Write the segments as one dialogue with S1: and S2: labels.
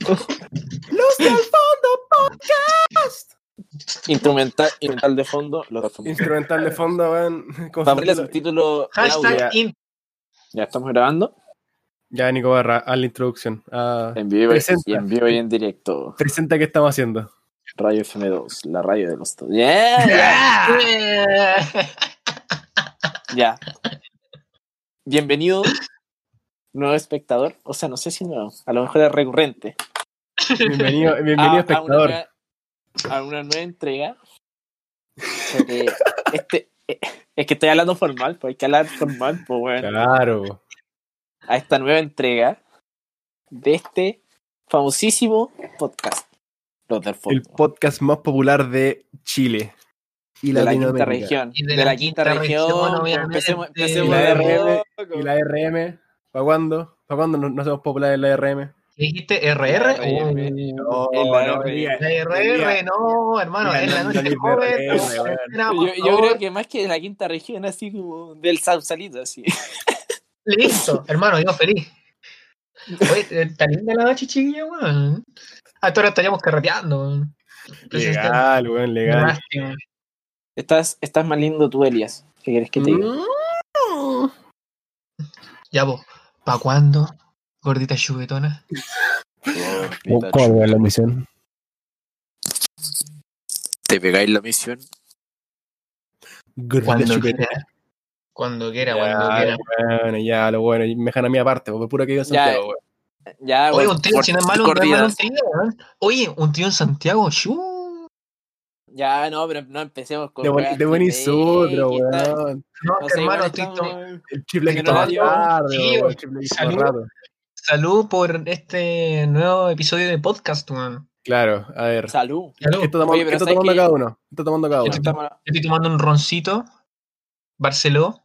S1: Los del fondo podcast.
S2: Instrumental, instrumental de fondo. Los
S3: Instrumental de fondo, weón. Como
S2: Para abrirle el
S3: si-
S2: subtítulo. en audio.
S3: ya.
S4: Hashtag in.
S2: Ya estamos grabando
S3: Ya, Nico Barra, a la introducción. Ah,
S2: en vivo y-
S3: Presenta.
S2: y en vivo y en directo.
S3: presenta qué estamos haciendo.
S2: Radio FM2, la radio de los dos. Yeah, ya,
S4: Eh,
S2: ya. Bienvenido, nuevo espectador. O sea, no sé si nuevo, a lo mejor es recurrente.
S3: Bienvenido, bienvenido
S2: a, a Ah, una
S3: espectador.
S2: nueva, a una nueva entrega. sobre este, es que estoy hablando formal, pues hay que hablar formal, pues bueno.
S3: Claro.
S2: a esta nueva entrega de este famosísimo podcast. Los del fondo.
S3: El podcast más popular de Chile y
S2: de la quinta
S3: Latinoamérica.
S2: región. De, la, quinta, región.
S4: obviamente.
S2: empecemos
S3: Y
S2: empecemos
S3: la
S2: de
S3: RM,
S2: loco.
S3: y la RM. ¿Para cuándo? ¿Para cuándo nos, nos hacemos populares en la RM?
S4: ¿Dijiste RR?
S2: RM.
S4: Uh,
S3: No,
S2: En la
S3: no,
S2: RM.
S3: diga-
S4: La RR,
S3: diga-
S4: no, hermano,
S3: Mira,
S4: es la
S3: no,
S4: noche
S3: no, no,
S4: joven. pues,
S3: no, no,
S4: no,
S2: Yo,
S3: no,
S4: espera, por
S2: yo
S4: favor.
S2: creo que más que de la quinta región, así como del Sausalito, así.
S4: Listo, hermano, yo feliz. Oye, eh, está linda la noche, chiquillo, weón. A esta hora estaríamos carreteando, weón. Presentando.
S3: Legal, weón, legal.
S4: Lástima.
S2: Estás, estás más lindo tú, Elias. ¿Qué quieres que te diga?
S3: Mm.
S4: Ya vos, ¿pa' cuándo? Gordita chubetona.
S3: ¿Cuál es la misión?
S2: Te pegáis la misión.
S4: Cuando quiera. Cuando quiera, cuando quiera.
S3: Bueno, ya, lo bueno, y me dejan a mí aparte, por pura que yo
S2: Ya,
S3: en Santiago, weón.
S2: Ya,
S4: Oye,
S2: por-
S4: un trío,
S2: por-
S4: si no es malo, no es malo un
S2: corridas.
S4: trío, weón. Oye, un trío en Santiago, chu.
S2: Ya, no, pero no empecemos con.
S3: De buen,
S2: weas
S3: de buen
S2: que- que
S3: insudro,
S2: está-
S3: weón.
S4: No,
S2: o sea,
S4: hermano,
S2: igual
S4: estoy
S2: estamos-
S4: to-
S3: El chiple que
S2: en
S3: está
S2: horario-
S3: tarde,
S4: Sí,
S3: weón.
S4: weón.
S3: El chiple que está
S4: Salud.
S3: rato.
S4: Salud por este nuevo episodio de podcast, weón.
S3: Claro, a ver.
S2: Salud.
S3: ¿Qué está tomando,
S2: Oye, pero
S3: qué está
S2: ¿sabes
S3: tomando
S2: qué?
S3: cada uno? ¿Qué está tomando cada
S2: Que
S3: uno?
S2: no estamos-
S4: Yo estoy tomando un roncito. Barceló.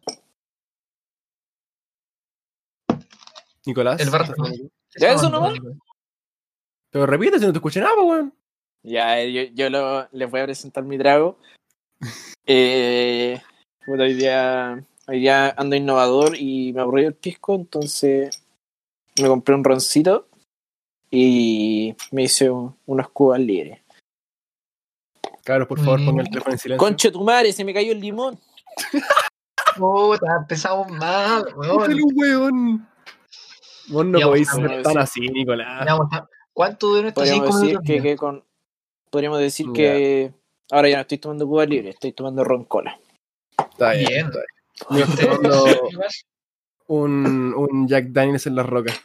S3: Nicolás.
S4: El Barceló.
S2: ¿Ya eso nomás?
S3: Pero repite si no te escuché nada, pues, weón.
S2: Ya, eh, yo, yo lo- les voy a presentar mi trago. Eh, puta, hoy, día, hoy día ando innovador y me aburrió el pisco, entonces me compré un roncito y me hice un- unas cubas libres.
S3: Cabros, por favor,
S4: Mm.
S3: pongan el teléfono en silencio.
S2: Conche tu madre, se me cayó el limón.
S4: Puta, empezamos mal,
S3: ¡Cógele
S4: weón.
S3: un weón! Vos no
S4: Ya,
S3: podéis
S4: vamos,
S3: ser
S2: vamos,
S3: tan
S2: sí.
S3: así, Nicolás.
S4: Ya, weón. ¿Cuánto duró estos cinco
S2: Podríamos decir
S4: minutos?
S2: que, que con. Podríamos decir
S3: Ya.
S2: que. Ahora ya no estoy tomando cubas libres, estoy tomando roncola.
S3: Está bien.
S4: Bien.
S3: está bien. Yo estoy tomando un, un Jack Daniels en las rocas.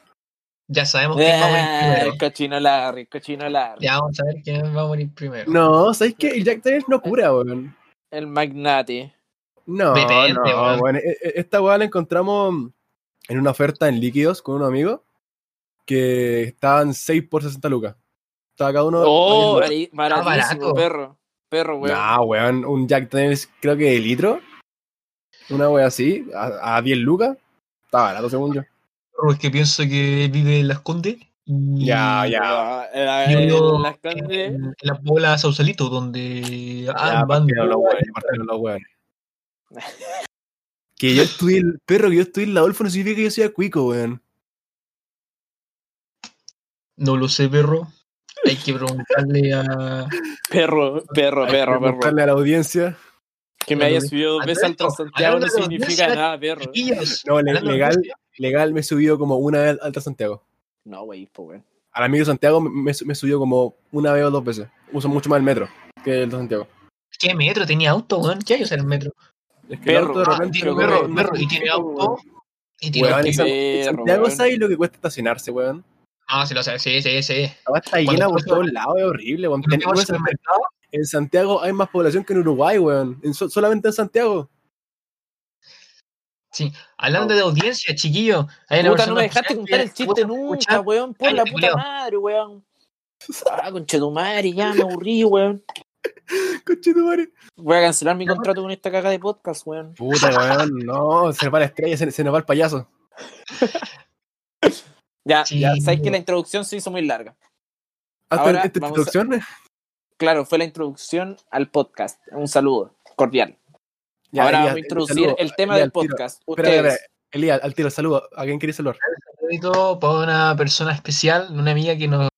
S4: Ya sabemos quién va a morir
S2: Ah,
S4: primero.
S2: cochino Larry, cochino Larry.
S4: Ya vamos a ver quién va a morir primero.
S3: No, ¿sabes qué? El Jack Daniels no cura, weón.
S2: El magnate.
S3: No,
S4: Depende,
S3: no,
S4: weón.
S3: weón. E- e- Esta weá la encontramos en una oferta en líquidos con un amigo que estaban 6 por 60 lucas. Estaba cada uno.
S2: Oh,
S3: No,
S2: ahí, baratísimo,
S4: barato.
S2: perro. Perro, weón.
S3: weón, un Jack Daniels creo que de litro. Una weá así, a, a 10 lucas. Está barato, según yo.
S4: Es que pienso que vive en Las Condes. y-
S3: Ya, ya.
S2: Ah,
S4: Yo
S2: eh,
S4: digo,
S2: las Condes.
S4: En, en la bola Sausalito, donde
S3: Ya,
S4: ah, van
S3: partieron los
S4: todas
S3: weones, partieron los weones. Que yo estudié, el perro, que yo estudié en la Adolfo no significa que yo sea cuico, weón.
S4: No lo sé, perro. Hay que preguntarle a.
S2: Perro, perro,
S3: Hay que
S2: perro, perro.
S3: preguntarle a la audiencia.
S2: Que me haya subido dos veces al
S4: Alberto,
S2: Transantiago no
S4: hablando de
S2: significa
S4: audiencia,
S2: nada, perro.
S4: Chiquillos,
S3: No, le-
S4: hablando de
S3: legal,
S4: música,
S3: legal me he subido como una vez al Alta Santiago.
S2: No, wey, po, weón.
S3: Al amigo Santiago me, me subió como una vez o dos veces. Uso mucho más el metro que el de Santiago.
S4: ¿Qué metro? ¿Tenía auto, weón? ¿Qué hay? O sea, el metro.
S3: Es que el
S2: Perro,
S3: auto de
S4: Ah,
S3: repente
S4: tiene
S3: lo
S4: perro,
S3: come-
S4: perro, y tiene auto. Y tiene
S3: Weón,
S4: auto.
S3: en San- en
S2: Perro,
S3: Santiago
S2: weón.
S3: sabes lo que cuesta estacionarse, weón.
S4: Ah, sí, lo sé, sí, sí, sí.
S3: La weá está llena
S4: Cuando
S3: por
S4: fuimos-
S3: todos lados, es horrible, weón.
S4: Cuando
S3: Ten-
S4: fuimos al
S3: en San-
S4: supermercado,
S3: En Santiago hay más población que en Uruguay, weón. En so- solamente en Santiago.
S4: Hablando de audiencia, chiquillo. Hay una
S2: Puta, no
S4: persona
S2: me dejaste
S4: que-
S2: contar el chiste
S4: puta,
S2: nunca,
S4: escuchar.
S2: weón. Por la puta
S4: Cállate, culiao.
S2: madre, weón. Ah, conchetumare, ya me aburrí, weón.
S3: Coche tu madre.
S2: Voy a cancelar mi contrato con esta caga de podcast, weón.
S3: Puta, weón, no, se nos va la estrella, se, se nos va el payaso.
S2: Ya,
S4: Sí.
S2: ya, sabes que la introducción se hizo muy larga.
S3: Hasta
S2: Ahora
S3: esta
S2: vamos
S3: introducción,
S2: Claro, fue la introducción al podcast. Un saludo cordial.
S3: ya,
S2: Ahora
S3: ya,
S2: vamos a introducir
S3: saludo,
S2: el tema
S3: ya,
S2: del
S3: al tiro.
S2: podcast.
S3: Espera, espera,
S2: Ustedes,
S3: espera. Elías, al tiro, saludo. ¿A quién queréis saludar?
S4: saludito para una persona especial, una amiga que nos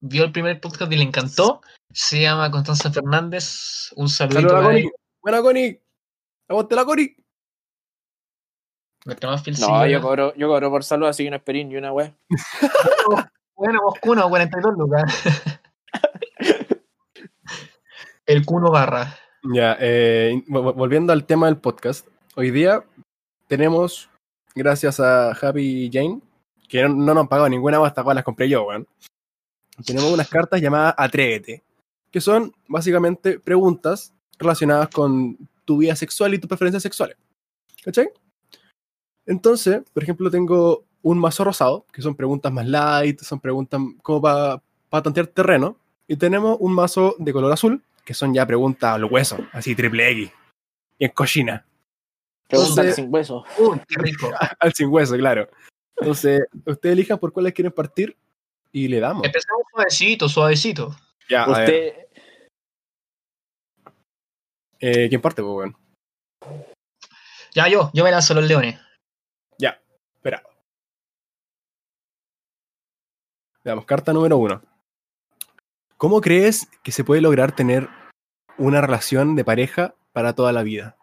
S4: vio el primer podcast y le encantó. Se llama Constanza Fernández. Un saludito
S3: Saludos a
S4: para
S3: Connie.
S4: ella,
S3: Buena, Connie. Aguante la Connie.
S4: nuestra más fiel
S2: No,
S4: seguidora.
S2: yo cobro, yo cobro por salud, así que no esperín ni una wea.
S4: Bueno, vos Cuno, 42 lucas. el Cuno Barra.
S3: Ya, eh, vo- vo- volviendo al tema del podcast. Hoy día tenemos, gracias a Happy Jane, que no, no nos han pagado ninguna hasta cual las compré yo, weón. Tenemos unas cartas llamadas Atrévete, que son básicamente preguntas relacionadas con tu vida sexual y tus preferencias sexuales. ¿Cachai? Entonces, por ejemplo, tengo un mazo rosado, que son preguntas más light, son preguntas como para tantear terreno. Y tenemos un mazo de color azul, que son ya preguntas al hueso, así triple X. Y en cochina,
S2: Preguntan
S3: Entonces-
S2: sin hueso.
S4: Uy, qué rico.
S3: al sin hueso, claro. Entonces, ustedes elijan por cuáles quieren partir y le damos.
S4: Empezamos suavecito, suavecito.
S3: Ya, a ver,
S2: Usted,
S3: eh, ¿Quién parte, pues, weón?
S4: Ya yo, yo me lanzo los leones.
S3: Veamos, carta número uno. ¿Cómo crees que se puede lograr tener una relación de pareja para toda la vida?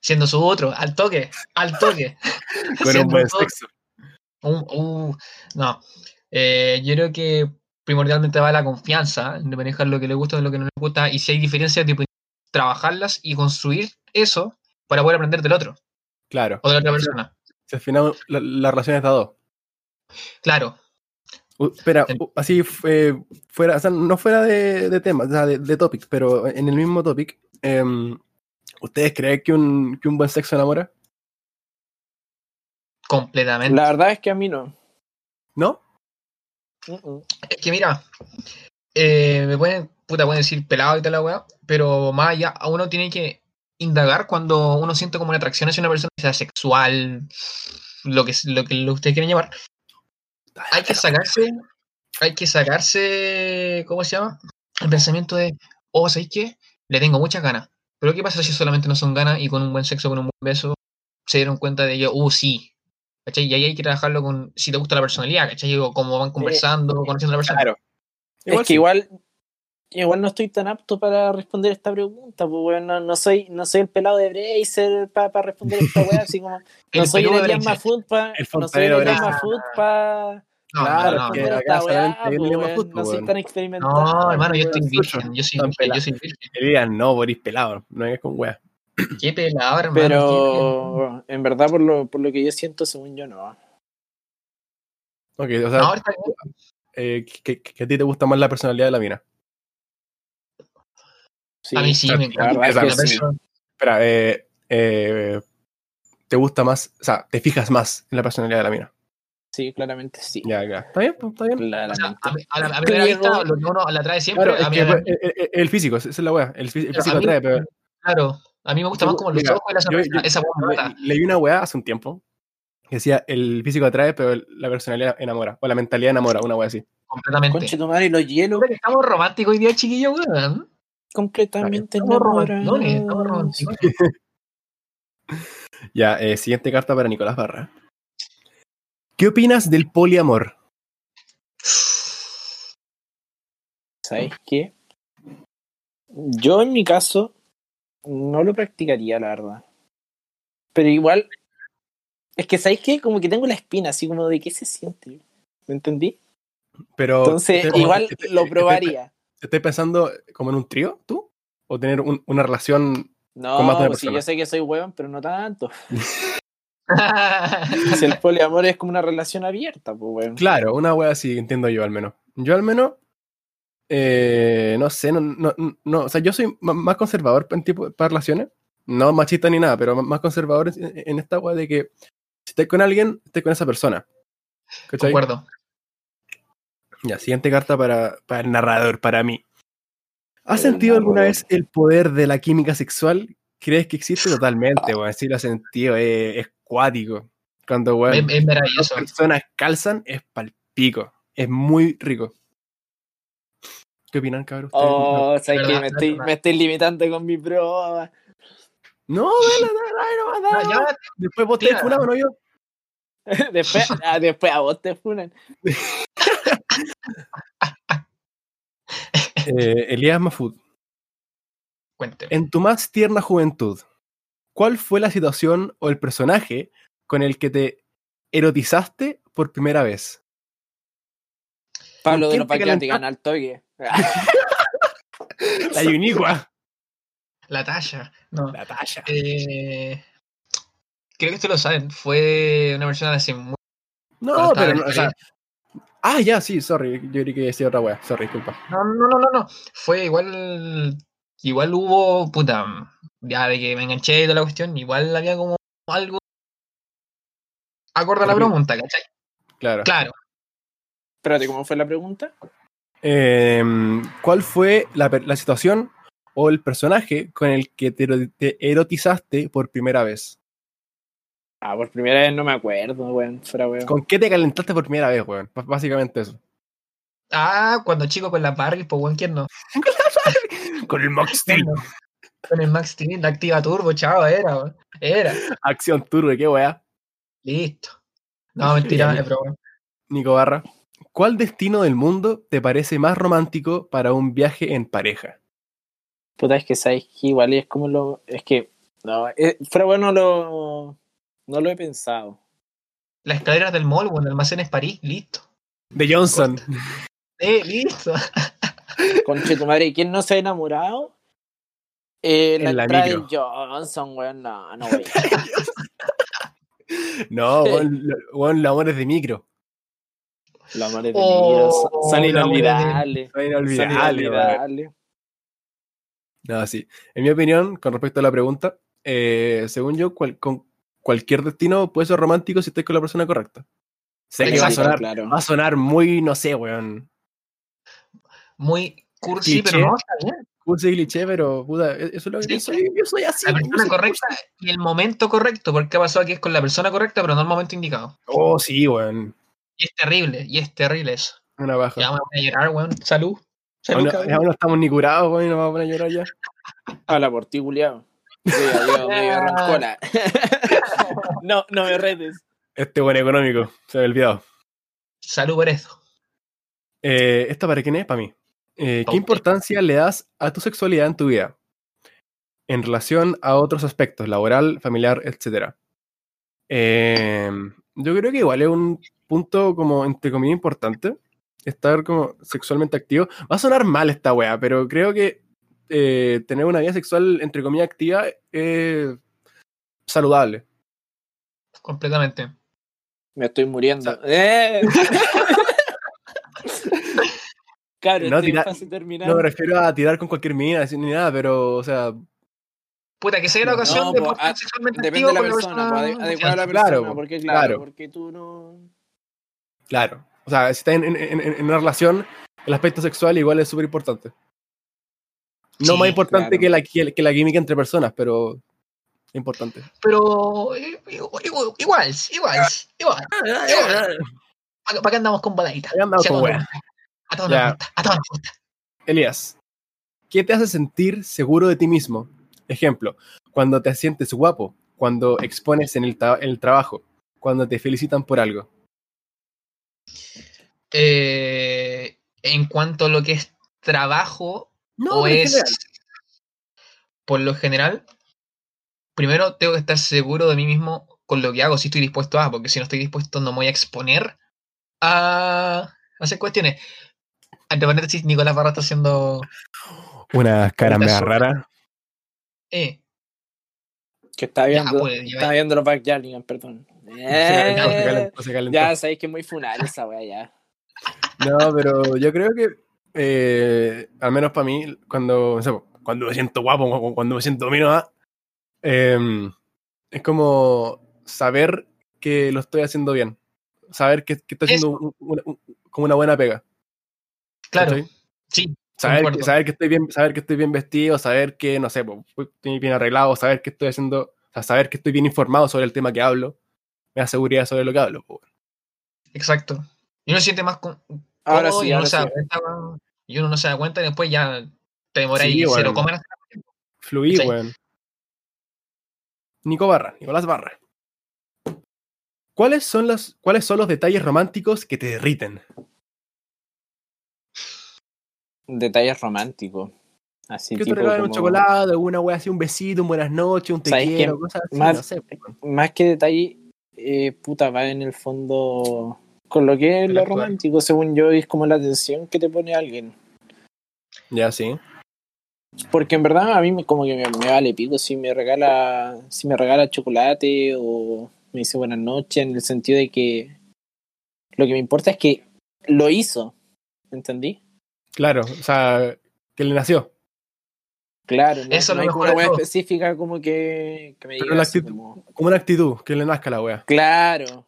S4: Siendo su otro, al toque, al toque.
S3: Con un
S4: Siendo
S3: buen
S4: su-
S3: sexo.
S4: un- un- no. Eh, yo creo que primordialmente va la confianza de manejar lo que le gusta de lo que no le gusta. Y si hay diferencias, tipo, trabajarlas y construir eso para poder aprender del otro
S3: Claro.
S4: o de la otra persona.
S3: Si al final la, la relación es de a dos.
S4: Claro,
S3: U- espera, u- así fue- fuera, o sea, no fuera de, de tema, o sea, de, de topic, pero en el mismo topic, em, ¿ustedes creen que un, que un buen sexo enamora?
S4: completamente.
S2: la verdad es que a mí no.
S3: ¿No?
S2: Mm, mm.
S4: Es que mira, eh, me pueden, puta, pueden decir pelado y tal la weá, pero más allá, a uno tiene que indagar cuando uno siente como una atracción hacia una persona, sea sexual, lo que, es- lo que lo ustedes quieren llamar. Hay que sacarse, hay que sacarse, ¿cómo se llama? El pensamiento de, oh, ¿sabéis qué? Le tengo muchas ganas. Pero ¿qué pasa si solamente no son ganas y con un buen sexo, con un buen beso, se dieron cuenta de ello, uh, sí. ¿Cachai? Y ahí hay que trabajarlo con, si te gusta la personalidad, ¿cachai? O cómo van conversando, conociendo a la persona.
S2: Es que
S3: sí.
S2: igual, igual no estoy tan apto para responder esta pregunta, pues weón, no, no soy, no soy el pelado de Bracer para responder esta wea, así como no soy el
S4: peludo de la
S2: Elian
S4: hinchada.
S2: Mafut para
S3: El
S2: no soy el
S3: fontanero Ah,
S2: Elian
S4: Bracer.
S2: Mafut pa-
S4: No,
S3: Claro,
S4: no, no,
S3: que
S2: responder
S3: la
S2: esta
S3: casa
S2: weá,
S3: solamente hay
S2: pues,
S3: un Elian
S2: weón,
S3: Mafut,
S2: no soy
S3: weón.
S2: tan experimentado.
S4: no, hermano, yo estoy
S3: Tan
S4: virgen, yo soy
S3: tan
S4: virgen,
S3: pelado.
S4: yo soy virgen.
S3: Que digan, no, Boris pelado, no vengas con wea.
S4: Qué pelado, hermano. qué
S2: Pero en verdad por lo, por lo que yo siento, según yo no.
S3: Ok, o sea,
S4: pelado. No, ahorita bien.
S3: eh, que, que- que a ti te gusta más la personalidad de la mina.
S2: Sí,
S4: a mí sí, me
S2: la
S4: encanta.
S2: verdad es
S3: Esa
S2: que
S4: Una
S2: sí.
S4: persona-
S3: Espera, eh, eh, te gusta más, o sea, te fijas más en la personalidad de la mina.
S2: Sí, claramente sí.
S3: Ya, ya. ¿Está bien? pues, ¿Está bien?
S4: o
S2: Claramente.
S4: sea, a, a la, a primera
S2: Pero-
S4: vista, lo que uno la trae siempre,
S3: Claro,
S4: a
S3: es
S4: mí,
S3: que
S4: a-
S3: pues, el, el- el físico, esa es la wea. El, fí- el
S4: Pero a
S3: físico
S4: mí-
S3: atrae, pero
S4: claro, a mí me gusta más como los
S3: Mira,
S4: ojos y la
S3: yo-
S4: sonrisa,
S3: yo-
S4: esa buena
S3: le-
S4: nota.
S3: leí una weá hace un tiempo que decía el físico atrae, pero el- la personalidad enamora, o la mentalidad enamora, una weá así.
S4: completamente.
S2: Conche tu madre, los hielos
S4: Creo que Estamos románticos hoy día, chiquillos, weón.
S2: completamente
S4: Estamos
S2: enamorados.
S4: romanticones, estamos romanticones.
S3: Ya, eh, siguiente carta para Nicolás Barra. ¿Qué opinas del poliamor?
S2: ¿Sabes qué? Yo en mi caso no lo practicaría, la verdad. Pero igual, es que ¿sabes qué? Como que tengo la espina, así como de qué se siente. ¿Me entendí?
S3: Pero,
S2: Entonces,
S3: ¿estás-
S2: igual
S3: estás-
S2: lo
S3: estás-
S2: probaría.
S3: ¿Estás pensando como en un trío, tú? ¿O tener un- una relación?
S2: No,
S3: Con más de una
S2: pues sí,
S3: persona.
S2: yo sé que soy huevón, pero no tanto. Si el poliamor es como una relación abierta, pues huevón.
S3: Claro, una weá así, entiendo yo al menos. Yo al menos, eh, no sé, no, no, no, o sea, yo soy ma- más conservador en tipo para relaciones, no machista ni nada, pero ma- más conservador en, en esta weá de que si estás con alguien, estés con esa persona. ¿Cachai?
S4: Concuerdo.
S3: Ya, siguiente carta para, para el narrador, para mí. ¿Has
S2: El
S3: sentido alguna
S2: narrador.
S3: vez el poder de la química sexual? ¿Crees que existe totalmente? Bueno, sí lo he sentido, es, es cuático. Cuando, weón,
S4: Es,
S3: dos
S4: es maravilloso.
S3: personas calzan, es palpico. Es muy rico. ¿Qué opinan, cabrón? ustedes?
S2: Oh, ¿sabes qué?
S4: verdad,
S2: Me
S4: es
S2: estoy,
S4: verdad.
S2: me estoy limitando con mi prueba.
S3: No, dale, dale, dale,
S4: No,
S3: dale.
S4: ya,
S3: Después vos te
S4: Tira.
S3: funaban, ¿no? Yo,
S2: Después, ah, después a vos te funan.
S3: Eh, Elías Mafud,
S4: cuénteme.
S3: en tu más tierna juventud, ¿cuál fue la situación o el personaje con el que te erotizaste por primera vez?
S2: Pablo de
S3: quién
S2: los
S3: te
S2: Paquiáticas al toque. Ah,
S3: La Yunicua.
S4: La talla. No.
S3: La talla.
S4: Eh, creo que ustedes lo saben. Fue una persona de hace muy.
S3: No,
S4: cuando estaba
S3: pero
S4: en
S3: no,
S4: el
S3: o sea,
S4: colegio.
S3: Ah, ya, sí, sorry. Yo creí que decía otra wea. Sorry, disculpa.
S4: No, no, no, no, no. Fue igual. Igual hubo. Puta. Ya de que me enganché y toda la cuestión. Igual había como algo. Acorda la
S3: Pero-
S4: pregunta, ¿cachai?
S3: Claro.
S4: Claro.
S2: Espérate, ¿cómo fue la pregunta?
S3: Em, ¿Cuál fue la, per- la situación o el personaje con el que te, ero- te erotizaste por primera vez?
S2: Ah, por primera vez no me acuerdo, weón. Fuera, weón.
S3: ¿Con qué te calentaste por primera vez, weón? B- Básicamente eso.
S4: Ah, cuando chico con la Barbie, pues bueno, ¿quién no?
S3: Con el Mock
S4: ¿Quién no? Con el Max Steel, la Activa Turbo, chavo, era, weón. Era.
S3: Acción Turbo, qué weá.
S4: Listo. No, mentira,
S3: Ya,
S4: es broma.
S3: Nico Barra. ¿Cuál destino del mundo te parece más romántico para un viaje en pareja?
S2: Puta, es que sabes que igual es como lo. Es que. No, eh, fuera, weón, no lo. No lo he pensado.
S4: Las escaleras del mall, bueno, almacenes París, listo.
S3: De Johnson.
S4: Eh, listo.
S2: Conche tu madre, ¿quién no se ha enamorado? Eh, la
S3: En la
S2: entrada del
S3: micro.
S2: Johnson, weón. No, no, weón.
S3: No, weón, lo- weón, los amores de micro.
S2: Los amores de
S4: Oh,
S2: Dios son
S4: los amores de-
S2: inolvidables.
S3: Son
S2: Son
S3: inolvidables, weón.
S2: inolvidables.
S3: No, sí. En mi opinión, con respecto a la pregunta, eh, según yo, cual- con cualquier destino puede ser romántico si estás con la persona correcta. Sé que va a
S2: Exacto,
S3: sonar,
S2: claro.
S3: va a sonar muy, no sé, weón.
S4: Muy cursi,
S3: Cliché.
S4: pero no, está bien.
S3: Cursi y cliché, pero puta, e- eso es lo que yo soy. Yo soy así.
S4: La
S3: yo
S4: persona
S3: soy
S4: correcta y el momento correcto, porque ha pasado que es con la persona correcta, pero no el momento indicado.
S3: cursi. Oh, sí, weón.
S4: Y es terrible, y es terrible eso.
S3: Una baja.
S4: Ya me voy a llorar, weón. Salud. Salud,
S3: Aún no,
S4: cabrón.
S3: aún no estamos ni curados, weón, y nos vamos a poner a llorar ya.
S2: Habla por ti, culiao. Sí, adiós, me arrancola. no, no me retes.
S3: Este buen económico, se me ha olvidado.
S4: Salud por eso.
S3: Eh, ¿Esta para quién es? Para mí. Eh, ¿Qué
S4: Pa' usted.
S3: importancia le das a tu sexualidad en tu vida? En relación a otros aspectos, laboral, familiar, etc. yo creo que igual es un punto como, entre comillas, importante. Estar como sexualmente activo. Va a sonar mal esta wea, pero creo que eh, tener una vida sexual, entre comillas, activa es saludable.
S4: Completamente.
S2: Me estoy muriendo. ¡Eh! Cabrón,
S3: No,
S2: estoy
S3: tira-
S2: en fase terminal.
S3: No me refiero a tirar con cualquier mina así, ni nada, pero, o sea,
S4: Puta, que sea la
S3: No,
S4: ocasión de
S2: po,
S4: portar
S2: ah,
S4: sexualmente
S2: Depende
S4: activo
S2: de la
S4: con la
S2: persona, pues, ade-
S4: persona.
S2: adecuada a la persona.
S3: Claro, po,
S2: porque, claro,
S3: claro.
S2: porque tú no.
S3: Claro. O sea, si estás en, en- en- en una relación, el aspecto sexual igual es súper importante. No
S4: Sí,
S3: más importante
S2: claro.
S3: que, la, que, que la química entre personas, pero importante.
S4: Pero eh, igu- igu- igual, igual, igual. ¿Para qué andamos con baladita?
S3: Ahí andamos
S4: Si a
S3: con
S4: todos
S3: wea.
S4: nos gusta, A todos
S3: Ya.
S4: nos gusta, a todos nos gusta.
S3: Elías, ¿qué te hace sentir seguro de ti mismo? Ejemplo, cuando te sientes guapo, cuando expones en el, ta- en el trabajo, cuando te felicitan por algo.
S4: Eh, en cuanto a lo que es trabajo
S3: No,
S4: o
S3: pero en
S4: es
S3: general.
S4: por lo general, primero tengo que estar seguro de mí mismo con lo que hago, si estoy dispuesto a, porque si no estoy dispuesto no me voy a exponer a hacer cuestiones. Entre paréntesis, Nicolás Barra está haciendo...
S3: Una cara
S4: Pregunta
S3: media
S4: sobre-
S3: rara.
S4: Eh,
S2: Que está
S4: ya,
S2: viendo,
S4: pues, ya,
S2: está viendo los Backyardigans, perdón.
S3: Se calentó, se
S2: Eh,
S3: calentó, se calentó.
S2: ya sabéis que es muy funal esa wea ya.
S3: No, pero yo creo que, eh, al menos para mí, cuando, no sé, cuando me siento guapo, cu- cuando me siento mino, ah, em, es como saber que lo estoy haciendo bien. Saber que, que estoy haciendo un- un- un- como una buena pega.
S4: claro,
S3: ¿cachai?
S4: sí,
S3: Saber, que,
S4: concuerdo.
S3: saber, que estoy bien, saber que estoy bien vestido, saber que, no sé, po, estoy bien arreglado, saber que estoy haciendo, o sea, saber que estoy bien informado sobre el tema que hablo. Me da seguridad sobre lo que hablo. po.
S4: exacto. Y uno se siente más con,
S2: Ahora
S4: cómodo
S2: sí,
S4: y uno,
S2: ahora
S4: no se
S2: sí.
S4: da cuenta, weón, y uno no se da cuenta y después ya te demoráis
S3: Sí,
S4: y se
S3: weón.
S4: lo comen hasta-
S3: Fluir,
S4: Sí.
S3: weón. Nico Barra, Nicolás Barra. ¿Cuáles son, las, ¿Cuáles son los detalles románticos que te derriten?
S2: Detalles románticos. Así
S3: que te
S2: tipo
S3: regalen un
S2: como-
S3: chocolate, una wea así, un besito, un buenas noches, un te
S2: ¿Sabes
S3: quiero,
S2: qué?
S3: cosas así,
S2: Más-
S3: no sé. pues, weón.
S2: Más que detalle, eh, puta, va en el fondo. Con lo que es
S4: El
S2: lo
S4: actual.
S2: romántico, según yo, es como la atención que te pone alguien.
S3: Ya, sí.
S2: Porque en verdad a mí me- como que me, me vale pico si me regala si me regala chocolate o me dice buenas noches en el sentido de que lo que me importa es que lo hizo, ¿entendí?
S3: Claro, o sea, que le nació.
S2: Claro, no,
S4: Eso es
S2: no
S4: lo
S2: hay
S4: mejor
S2: como una
S4: de
S2: wea
S4: todo.
S2: específica como que, que me
S3: Pero
S2: diga
S3: la
S2: así
S3: actitud-
S2: como,
S3: Como una actitud, que le nazca la wea.
S2: claro,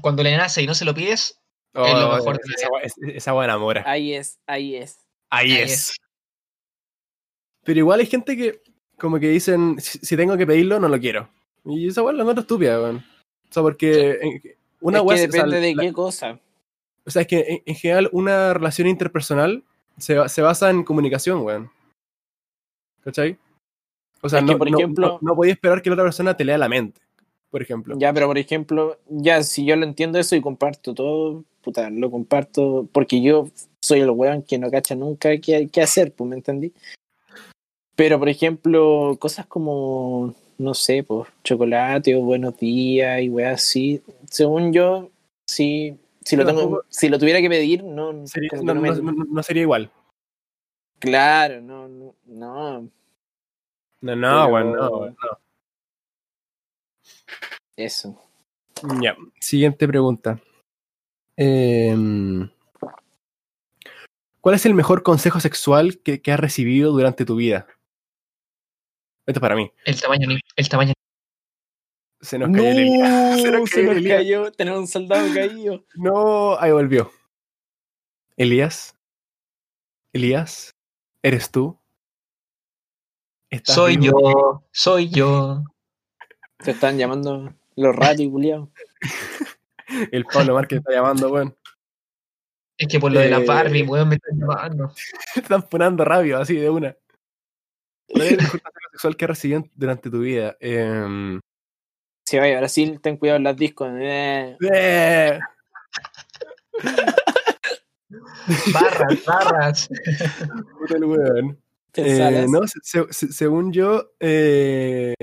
S4: Cuando le nace y no se lo pides,
S3: Oh,
S4: Es lo mejor de la
S3: esa, wea- es- esa wea enamora.
S2: ahí es, ahí es.
S3: Ahí
S4: ahí
S3: es. Pero igual hay gente que, como que dicen, si, si tengo que pedirlo, no lo quiero. Y esa weá la noto estúpida, weón. O sea, porque en- una
S2: es
S3: weá
S2: que
S3: se- o sea,
S2: depende de
S3: la-
S2: qué cosa.
S3: O sea, es que en, en general una relación interpersonal se, ba- se basa en comunicación, weón. ¿Cachai? O sea,
S2: Es que,
S3: no,
S2: por
S3: no-
S2: ejemplo-
S3: no, no podía esperar que la otra persona te lea la mente, por ejemplo.
S2: Ya, pero por ejemplo, ya si yo lo entiendo eso y comparto todo, puta, lo comparto porque yo soy el weón que no cacha nunca qué, qué hacer, pues me entendí. Pero por ejemplo, cosas como, no sé, pues chocolate o buenos días y weas así, según yo, sí. Si lo,
S3: Pero
S2: tengo,
S3: tampoco-
S2: si lo tuviera que pedir, no.
S3: Sería-
S2: Mm, como que
S3: no,
S2: no me-
S3: no- no- no sería igual.
S2: Claro, no, no, no.
S3: No, no,
S2: Pero-
S3: weón, no, weón,
S2: Eso.
S3: no. Ya, siguiente pregunta. Em, ¿Cuál es el mejor consejo sexual que, que has recibido durante tu vida? Esto es para mí.
S4: El tamaño, ni- el tamaño.
S3: Se nos cayó el Elías. Se nos
S2: se
S3: cayó
S2: nos
S3: el Elías.
S2: cayó, tenemos un soldado caído.
S3: No, ahí volvió. Elías. Elías, ¿eres tú? ¿Estás
S4: Soy
S3: vivo?
S4: yo, soy yo.
S2: Te están llamando los ratos, culiao.
S3: El Pablo Márquez está llamando, weón.
S4: Es que por lo de la
S3: Eh.
S4: Barbie, weón, me están llamando.
S3: Te están ponando rabio así de una. ¿Cuál es el mejor contacto sexual que has recibido durante tu vida? Em,
S2: Si vaya a Brasil, ten cuidado en las discos. eh.
S3: eh,
S4: Barras, barras.
S3: puta el weón. Eh,
S2: Pensalas.
S3: no, se- se- se- según yo, eh,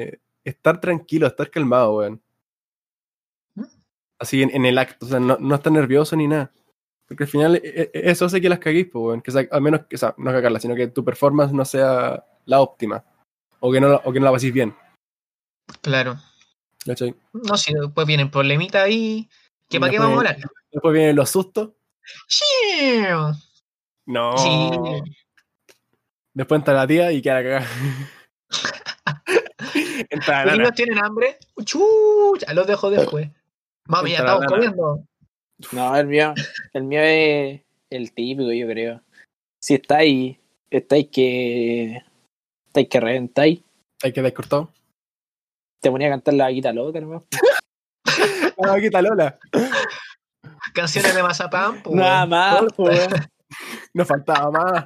S3: estar tranquilo, estar calmado, weón. Así en, en el acto, o sea, no, no estar nervioso ni nada. Porque al final eh, eh, eso hace que las caguís, pues, weón. Que, sa- al menos, que, o sea, no cagarlas, sino que tu performance no sea la óptima. O que no, la- o que no la pasís bien.
S4: Claro.
S3: ¿cachai?
S4: No sé, después vienen problemitas ahí. ¿Que para qué
S3: Después-
S4: vamos a hablar?
S3: Después vienen los sustos.
S4: Sí.
S3: No.
S4: Sí.
S3: Después entra la tía y queda cagada. entra la
S4: ¿Los
S3: nana.
S4: niños tienen hambre? Chucha, los dejo después. Mami, ya
S3: Entra la
S4: estamos
S3: nana.
S4: comiendo.
S2: No, el mío, el mío es el típico, yo creo. Si estáis, estáis que. estáis que reventáis,
S3: Hay que descortado.
S2: te ponía a cantar la guita loca nomás.
S3: Ah, aquí está Lola.
S4: Canciones de mazapán, pues.
S2: Nada más, po, weón.
S3: No faltaba más.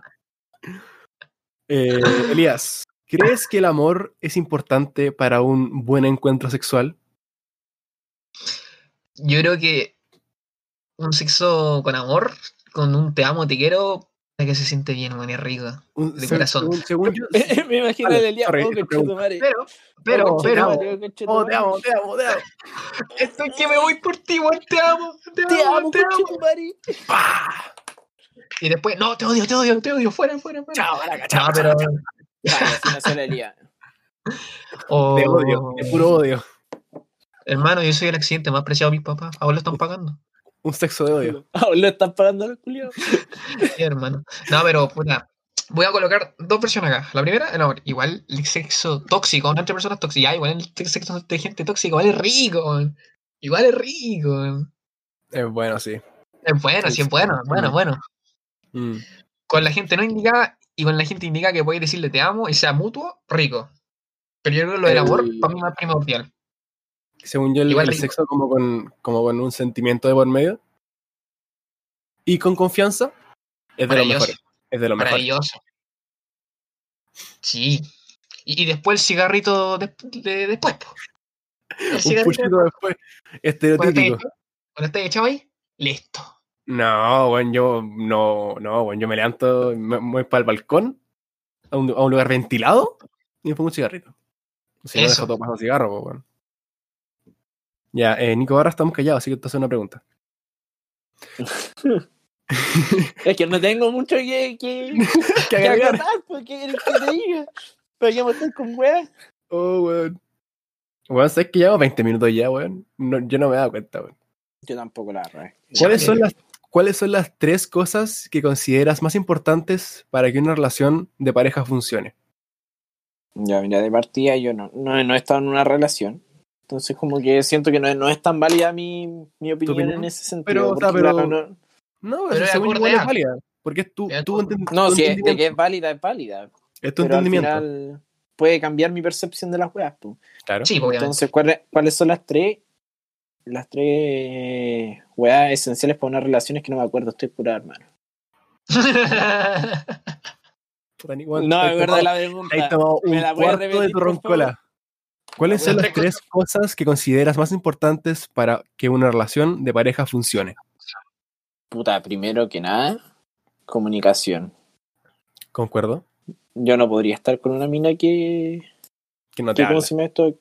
S3: Eh, Elías, ¿crees que el amor es importante para un buen encuentro sexual?
S4: Yo creo que un sexo con amor, con un te amo, te quiero, es que se siente bien, weón, es rico.
S3: Un-
S4: De corazón.
S3: Según, según yo, sí.
S2: Me imagino
S3: Vale,
S2: el Elías,
S3: sorry,
S2: oh,
S3: esta
S2: conchetumare.
S4: Pero,
S2: Oh,
S4: pero, pero,
S2: conchetumare, oh, conchetumare.
S3: Oh, te amo, te amo, te amo.
S4: esto es que me voy por ti, weón, te amo, te
S2: Te amo,
S4: amo, te amo.
S2: conchetumare.
S3: ¡Pah!
S4: Y después, no, te odio, te odio, te odio, fuera, fuera, fuera.
S3: Chao, caraca,
S4: No,
S3: chao,
S4: pero.
S2: Vale, así nació el Ah, Elías.
S4: oh,
S3: Te odio, es puro odio.
S4: Hermano, yo soy el accidente más preciado de mis papás. Ahora lo están pagando.
S3: Un sexo de odio.
S2: Ah, lo están pagando los culiados.
S4: Sí, hermano. No, pero puta. Voy a colocar dos versiones acá. La primera, el amor. Igual el sexo tóxico, no entre personas tóxicas. Ya, Igual el sexo de gente tóxica, igual es rico. weón. Igual es rico. weón.
S3: Es Eh, bueno, sí.
S4: Es bueno, sí, es bueno, es bueno, es bueno.
S3: Mm.
S4: Con la gente no indicada y con la gente indicada que puede decirle te amo y sea mutuo, rico. Pero yo creo que lo del amor,
S2: El-
S4: para mí, más primordial.
S3: Según yo, el,
S4: Igual
S3: el
S4: rico.
S3: sexo como con, como con un sentimiento de por medio y con confianza es de lo
S4: Maravilloso.
S3: mejor. Es de lo mejor.
S4: Maravilloso. Sí. Y, y después el cigarrito de- de- después. po. El
S3: Un
S4: cigarrito
S3: puchito después.
S4: cuando estáis
S3: Estereotípico.
S4: echado- cuando estáis echado ahí, listo.
S3: No, bueno, yo no, no, bueno, yo me levanto, me me voy para el balcón, a un, a un lugar ventilado, y me pongo un cigarrito. Si no
S4: Eso.
S3: dejo todo pasado cigarro, pues, bueno. Ya, eh, Nico, ahora estamos callados, así que te hace una pregunta.
S2: Es que no tengo mucho que, que,
S3: ¿Qué
S2: que acotar, porque eres que te diga. Pero ya me estoy con weas.
S3: Oh, weón. Weón, ¿sabes que llevamos 20 minutos ya, weón? No, yo no me he dado cuenta, weón.
S2: Yo tampoco la verdad.
S3: ¿Cuáles
S4: Sí.
S3: son, las, ¿Cuáles son las tres cosas que consideras más importantes para que una relación de pareja funcione?
S2: Ya, mira, de partida yo no, no, no he estado en una relación. Entonces, como que siento que no, es- no es tan válida mi, mi opinión,
S3: opinión?
S2: en ese sentido.
S3: Pero, o sea,
S2: porque
S3: pero-
S2: la- no,
S3: No,
S4: Pero
S3: pero
S4: es
S3: según yo,
S4: acorde
S3: igual es
S4: a.
S3: válida. Porque es tu,
S4: Es
S3: tu
S4: acorde.
S3: enten-
S2: no
S3: tu
S2: si es, de
S3: entendimiento.
S2: que es válida, es válida.
S3: Es tu
S2: Pero al
S3: entendimiento.
S2: final puede cambiar mi percepción de las weas. po.
S3: claro.
S4: Sí, obviamente.
S2: Entonces, ¿cuáles, ¿cuáles son las tres? Las tres weas esenciales para una relación es que no me acuerdo, estoy curado, hermano.
S3: Puta, ni- weón,
S2: No,
S3: te
S2: es
S3: has
S2: verdad
S3: tomado-
S2: la
S3: te has
S2: pregunta.
S3: tomado
S2: ¿Me
S3: un
S2: la puedes
S3: cuarto de
S2: repetir,
S3: tu
S2: por
S3: roncola. ¿Cuáles
S2: La
S3: son
S4: voy a
S3: las tres cosas que consideras más importantes para que una relación de pareja funcione?
S2: Puta, primero que nada, comunicación.
S3: ¿Concuerdo?
S2: Yo no podría estar con una mina que
S3: Que no te
S2: que, ¿cómo
S3: habla.
S2: se llama esto?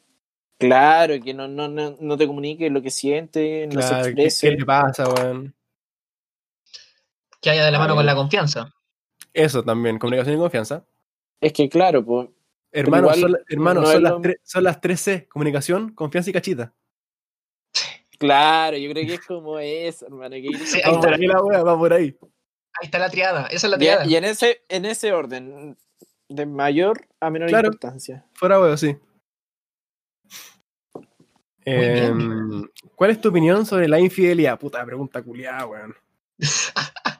S2: Claro, que no, no, no, no te comunique lo que siente, no
S3: Claro,
S2: se
S3: ¿qué,
S2: exprese.
S3: qué le pasa, weón?
S4: que haya de la mano
S2: Ahí.
S4: con la confianza.
S3: Eso también, comunicación y confianza.
S2: Es que claro, po,
S3: Hermano,
S2: igual
S3: son, la- hermano,
S2: no
S3: son,
S2: es
S3: las
S2: lo-
S3: tres, son las tres C, comunicación, confianza y cachita.
S2: claro, yo creo que es como eso, hermano. que-
S4: Sí, ahí
S3: Va
S4: está.
S3: por ahí la wea, va por ahí.
S4: Ahí está la triada. Esa es la
S2: y,
S4: triada.
S2: y en ese, en ese orden, de mayor a menor
S3: Claro.
S2: importancia.
S3: Fuera wea, sí.
S4: bien.
S3: Em, ¿Cuál es tu opinión sobre la infidelidad? Puta pregunta culiada, weón.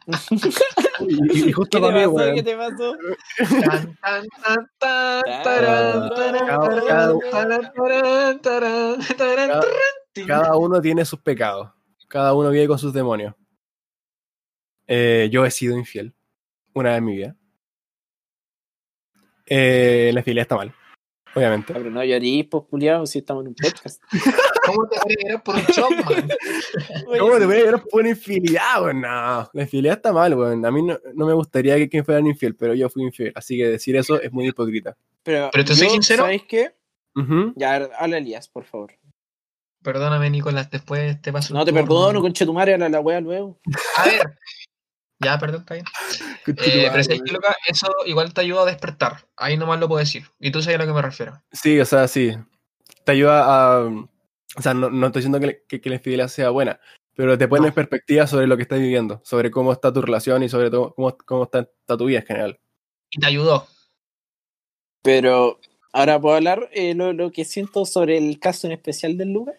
S3: Y, y- y
S2: ¿Qué
S3: justo
S2: te
S3: para mí,
S2: pasó?
S3: weón.
S2: ¿Qué te pasó?
S4: Tan, tan, tan, tan, tarán, tarán,
S3: Cada-
S4: tarán, tarán, tarán, tarán, tarán,
S3: Cada-
S4: tin.
S3: Cada uno tiene sus pecados. Cada uno vive con sus demonios. Eh, yo he sido infiel una vez en mi vida. Eh, la infidelidad está mal, obviamente.
S2: Ah, Pero no llorís, pues, culiao, si estamos en un podcast.
S4: ¿Cómo te voy a mirar por un shock, man?
S3: ¿Cómo te voy a llorar por una infidelidad, weón? No, la infidelidad está mal, weón. A mí no, no me gustaría que quien fuera infiel, pero yo fui infiel. Así que decir eso es muy hipócrita.
S2: Pero,
S4: Pero te soy sincero.
S2: ¿Sabes qué?
S4: Eh,
S3: Ujú.
S2: Ya, a ver, habla Elías, por favor.
S4: Perdóname, Nicolás, después te paso. el
S2: No te
S4: turno.
S2: perdono, conche tu madre, habla la wea luego.
S4: A ver. Ya, perdón, está bien. Eh, pero sabes que, loca, eso igual te ayuda a despertar. Ahí nomás lo puedo decir. Y tú sabes a lo que me refiero.
S3: Sí, o sea, sí. Te ayuda a. O sea, no, no estoy diciendo que, le- que- que la infidelidad sea buena, pero te pone
S4: No.
S3: en perspectiva sobre lo que estás viviendo, sobre cómo está tu relación y sobre todo cómo, cómo está, está tu vida en general.
S4: Y te ayudó.
S2: Pero ahora puedo hablar eh, lo, lo que siento sobre el caso en especial del lugar.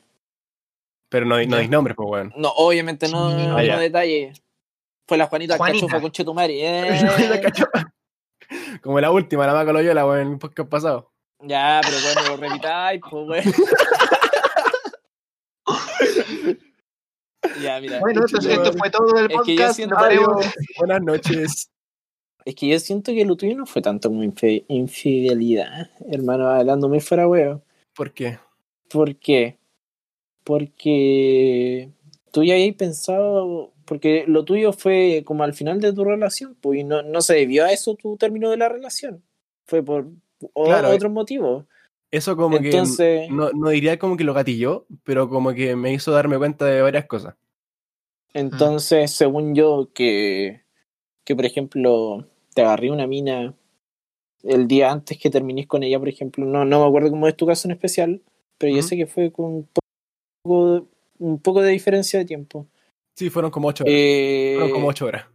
S3: Pero no, di- no
S4: Ya.
S3: dis nombres, pues, weón.
S2: No, obviamente no,
S4: Sí.
S2: no,
S3: Ah, ya.
S2: detalle. Fue la Juanita,
S4: Juanita.
S2: Cachufa con Chetumari.
S3: La cachofa. Como la última, la Maca Loyola, weón, en el podcast pasado.
S2: ya, pero bueno, lo repitáis, pues bueno. ya, mira.
S4: Bueno, esto, esto fue todo el
S2: Es que yo
S4: podcast.
S2: siento-
S4: nos veremos.
S3: Adiós. Buenas noches.
S2: Es que yo siento que lo tuyo no fue tanto como infi- infidelidad, hermano, hablando muy fuera huevo.
S3: ¿Por qué?
S2: ¿Por qué? Porque tú ya habías pensado, porque lo tuyo fue como al final de tu relación, pues, y no, no se debió a eso tu término de la relación. Fue por o-
S3: Claro,
S2: otro motivo.
S3: Eso como que. mm.
S2: Entonces,
S3: No, no diría como que lo gatilló, pero como que me hizo darme cuenta de varias cosas.
S2: entonces según yo, que, que por ejemplo, te agarré una mina el día antes que terminís con ella, por ejemplo, no, no me acuerdo cómo es tu caso en especial, pero yo
S3: Ujú.
S2: sé que fue con un poco, un poco de diferencia de tiempo.
S3: Sí, fueron como ocho horas.
S2: Eh,
S3: fueron como ocho horas.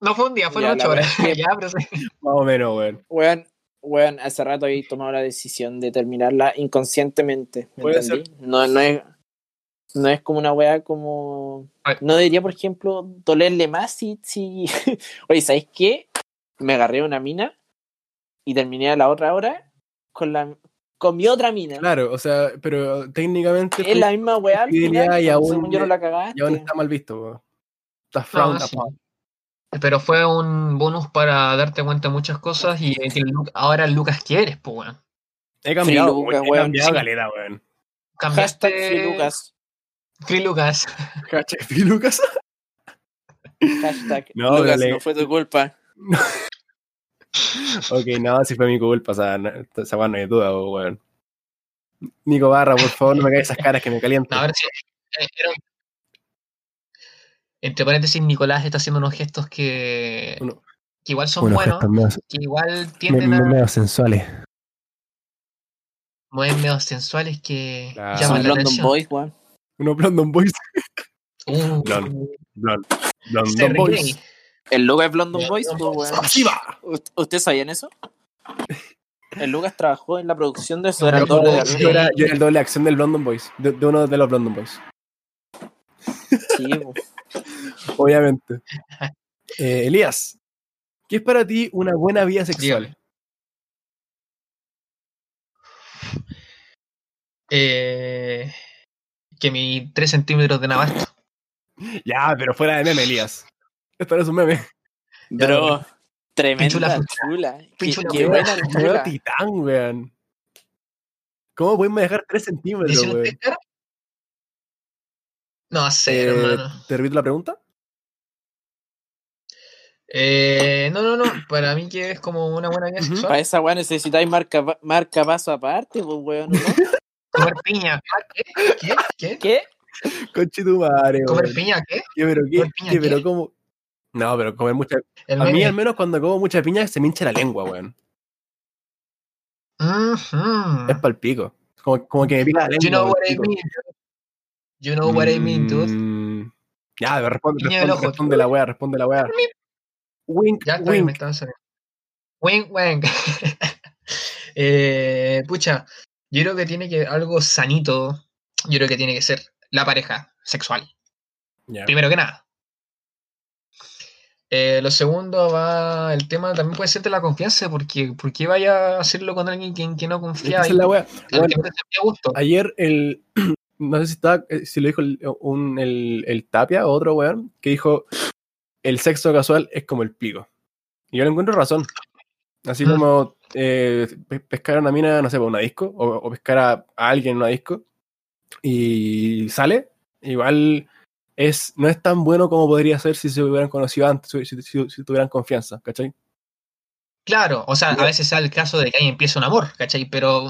S4: No fue un día,
S2: Ya,
S4: fueron
S2: la
S4: ocho horas.
S2: verdad es que-
S4: ya, pero sí.
S3: Más o menos, weón.
S2: Weón, weón, hace rato habéis tomado la decisión de terminarla inconscientemente. ¿me
S3: Puede
S2: entendí? No, no es. No es como una weá como.
S4: Ay.
S2: No debería, por ejemplo, dolerle más si. si... Oye, ¿sabéis qué? Me agarré una mina y terminé a la otra hora con la con mi otra mina.
S3: Claro, o sea, pero técnicamente
S2: Es la misma weá. al
S3: infidelidad
S2: final,
S3: y
S2: pues,
S3: aún-
S2: según yo no la cagaste.
S3: ya aún está mal visto. po. Está
S4: No,
S3: frowned
S4: Ah, sí.
S3: upon.
S4: Pero fue un bonus para darte cuenta de muchas cosas y que el Lu- ahora Lucas quieres, pues, weón.
S3: He cambiado,
S2: Free Lucas,
S3: weón, he
S2: weón,
S3: cambiado
S2: sí.
S3: caleta, weón.
S4: Cambiaste.
S2: Hashtag
S3: este-
S2: Free Lucas.
S4: Free Lucas.
S3: Hashtag Free Lucas.
S2: Hashtag
S3: No,
S2: Lucas,
S3: dale.
S2: no fue tu culpa.
S3: Ok, no, si fue mi culpa, o sea, no, esa weón no hay duda, weón. Nico Barra, por favor, no me caigas esas caras que me
S4: No,
S3: calientan.
S4: ahora sí. Eh, era un- Entre paréntesis, Nicolás está haciendo unos gestos que,
S3: Uno-
S4: que igual son
S3: Unos
S4: buenos,
S3: gestos medio-
S4: que igual
S3: me-
S4: tienden
S3: me-
S4: a
S3: medio sensuales.
S4: mover medios sensuales que
S3: Claro.
S4: llaman
S2: Son
S4: la
S2: London
S4: atención.
S2: Boys, weón.
S3: Uno Blondon Boys.
S4: Uh,
S3: Lon- Blond, Blondon
S4: ser gay.
S3: Boys.
S2: El Lucas es London
S4: London
S2: Boys, pues,
S4: Boys.
S2: weón. ¿Ust- ¿Ustedes sabían eso? El Lucas trabajó en la producción de eso, era el
S4: Pero
S2: doble de
S4: como-
S2: arriba.
S3: Yo era, yo era el doble acción del Blondon Boys, de, de uno de los Blondon Boys,
S2: Sí, po.
S3: obviamente. Eh, Elías, ¿qué es para ti una buena vida sexual?
S4: Dígame. Eh, que mis 3 centímetros de navaja.
S3: Ya, pero fuera de meme, Elías. Esto no es un meme.
S2: Bro, tremenda
S4: Pinchula
S2: chula. Qué,
S4: Pinchula
S2: qué
S4: fruta.
S2: buena
S3: Nuevo
S2: chula.
S3: titán, weón. ¿Cómo podemos dejar 3 centímetros,
S4: ¿Hicieron
S3: weón?
S4: tres caras? No sé,
S3: Eh,
S4: hermano.
S3: ¿Te repito la pregunta?
S4: Eh, no, no, no. Para mí que es como una buena vida
S3: Ujú.
S4: sexual.
S2: Para esa weá necesitáis marca, marca paso aparte, pues weón. ¿no?
S4: Comer piña. ¿Qué? ¿Qué? ¿Qué?
S2: ¿Qué?
S3: Conchetumare,
S4: ¿Comer
S3: weón.
S4: piña? ¿Qué?
S3: ¿Qué, pero qué?
S4: ¿Comer piña
S3: ¿Qué, pero
S4: qué?
S3: cómo? No, pero comer mucha...
S4: El
S3: A mí,
S4: meme.
S3: al menos, cuando como mucha piña, se me hincha la lengua, weón.
S4: Ujú.
S3: Es pa'l pico. Como, como que me pica la lengua.
S4: You know
S3: pa'l
S4: what I
S3: pico.
S4: mean. You know what I mean, dude.
S3: Mm, Ya, pero responde,
S4: Guiño del
S3: responde,
S4: ojo.
S3: responde la weá, responde la weá. Wink,
S4: Ya está bien, me
S3: wink.
S4: estaba saliendo. Wink, wink. Eh, pucha, yo creo que tiene que algo sanito. Yo creo que tiene que ser la pareja sexual.
S3: Ya.
S4: Primero que nada. Eh, lo segundo va el tema también puede ser de la confianza, porque ¿por qué vaya a hacerlo con alguien que, que no confía
S3: Esa
S4: y
S3: es la weá.
S4: al
S3: Bueno,
S4: que no te sentía gusto?
S3: Ayer el. No sé si estaba, eh, si lo dijo el, un- el- el Tapia o otro weón, que dijo el sexo casual es como el pico. Y yo le encuentro razón. Así
S4: Mm.
S3: como eh, pe- pescar a una mina, no sé, para una disco, o, o pescar a, a alguien en una disco, y sale, igual es, no es tan bueno como podría ser si se hubieran conocido antes, si, si- si- si tuvieran confianza, ¿cachai?
S4: Claro, o sea,
S3: Ya.
S4: a veces sale el caso de que ahí empieza un amor, ¿cachai? Pero.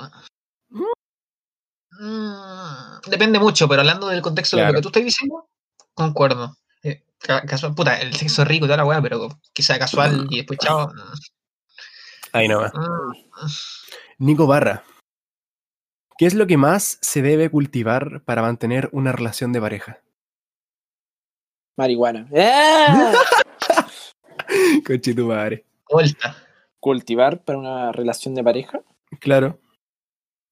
S4: Mm, depende mucho, pero hablando del contexto de
S3: Claro.
S4: lo que tú estás diciendo, concuerdo. Eh, ca- casual, puta, el sexo es rico y toda la weá, pero que sea casual y después chao. mm,
S3: Ahí nomás.
S4: mm.
S3: Nico Barra. ¿Qué es lo que más se debe cultivar para mantener una relación de pareja?
S2: Marihuana. ¡Ah!
S3: Coche tu madre.
S4: Vuelta.
S2: Cultivar para una relación de pareja
S3: Claro.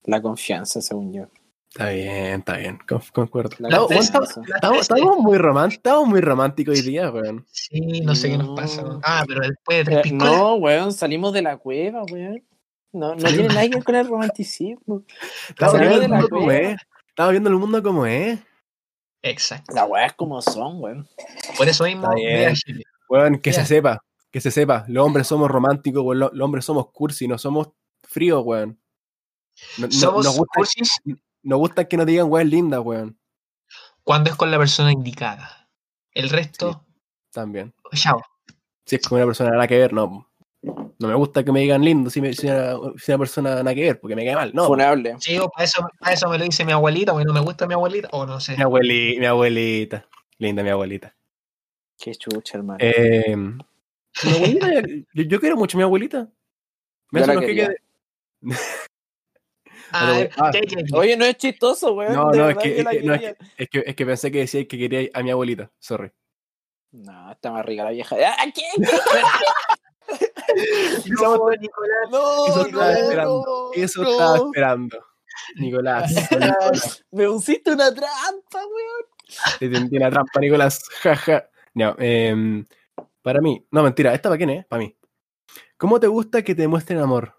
S2: la confianza, según yo.
S3: Está bien, está bien. Conf- concuerdo.
S2: La
S3: Estamos,
S4: confianza.
S3: estamos- estamos- estamos muy románticos, estamos muy románticos hoy día, weón.
S4: Sí, no sé qué nos pasa.
S2: No.
S4: Ah, pero después de tres
S2: Eh,
S4: piscolas.
S2: No, weón, salimos de la cueva, weón. No, no tiene nada que ver con el romanticismo.
S3: Estamos
S2: Salimos
S3: viendo
S2: de
S3: el
S2: la
S3: mundo como
S2: cueva.
S3: es. Estamos viendo el mundo como es.
S4: Exacto.
S2: Las weas como son, weón.
S4: Por eso mismo,
S3: Está bien.
S4: vea Chile.
S3: Weón, que se
S4: Ya.
S3: sepa, que se sepa. Los hombres somos románticos, weón. Los, los hombres somos cursi, no somos fríos, weón. No- no-
S4: Somos
S3: nos, gusta,
S4: cursis
S3: nos gusta que nos digan, weón, linda, weón.
S4: cuando es con la persona indicada. El resto,
S3: También.
S4: chao.
S3: si es con una persona nada que ver, no. No me gusta que me digan lindo si, me, si, una, si una persona nada que ver, porque me cae mal. No,
S2: Funable.
S4: Sí, o para eso, para eso me lo dice mi abuelita, porque no me gusta mi abuelita, o no sé.
S3: mi, abueli- mi abuelita. Linda mi abuelita.
S2: Qué chucha, hermano.
S3: Eh, mi abuelita yo, yo quiero mucho a mi abuelita. Me
S2: Yo
S3: hace
S2: la
S3: unos
S2: quería.
S3: queques
S4: Ah,
S3: pero- ah,
S4: ya, ya, ya.
S2: Oye, no es chistoso,
S3: de-
S2: weón.
S3: No,
S2: de
S3: no, es
S2: verdad
S3: que,
S2: yo
S3: es
S2: la
S3: que- no, es
S2: quería.
S3: que- es que- es que pensé que decía que quería a mi abuelita. Sorry.
S2: No, está más rica la vieja. ¡Ah, qué!
S4: No, Nicolás,
S2: ¡No!
S3: Eso estaba
S2: no,
S3: esperando,
S2: no,
S3: Eso
S2: no.
S3: estaba esperando. Nicolás,
S2: ¡Me pusiste una trampa, weón!
S3: te tendí la trampa, Nicolás. Jaja. No, em, para mí. No, mentira. ¿Esta para quién es? Para mí. ¿Cómo te gusta que te demuestren amor?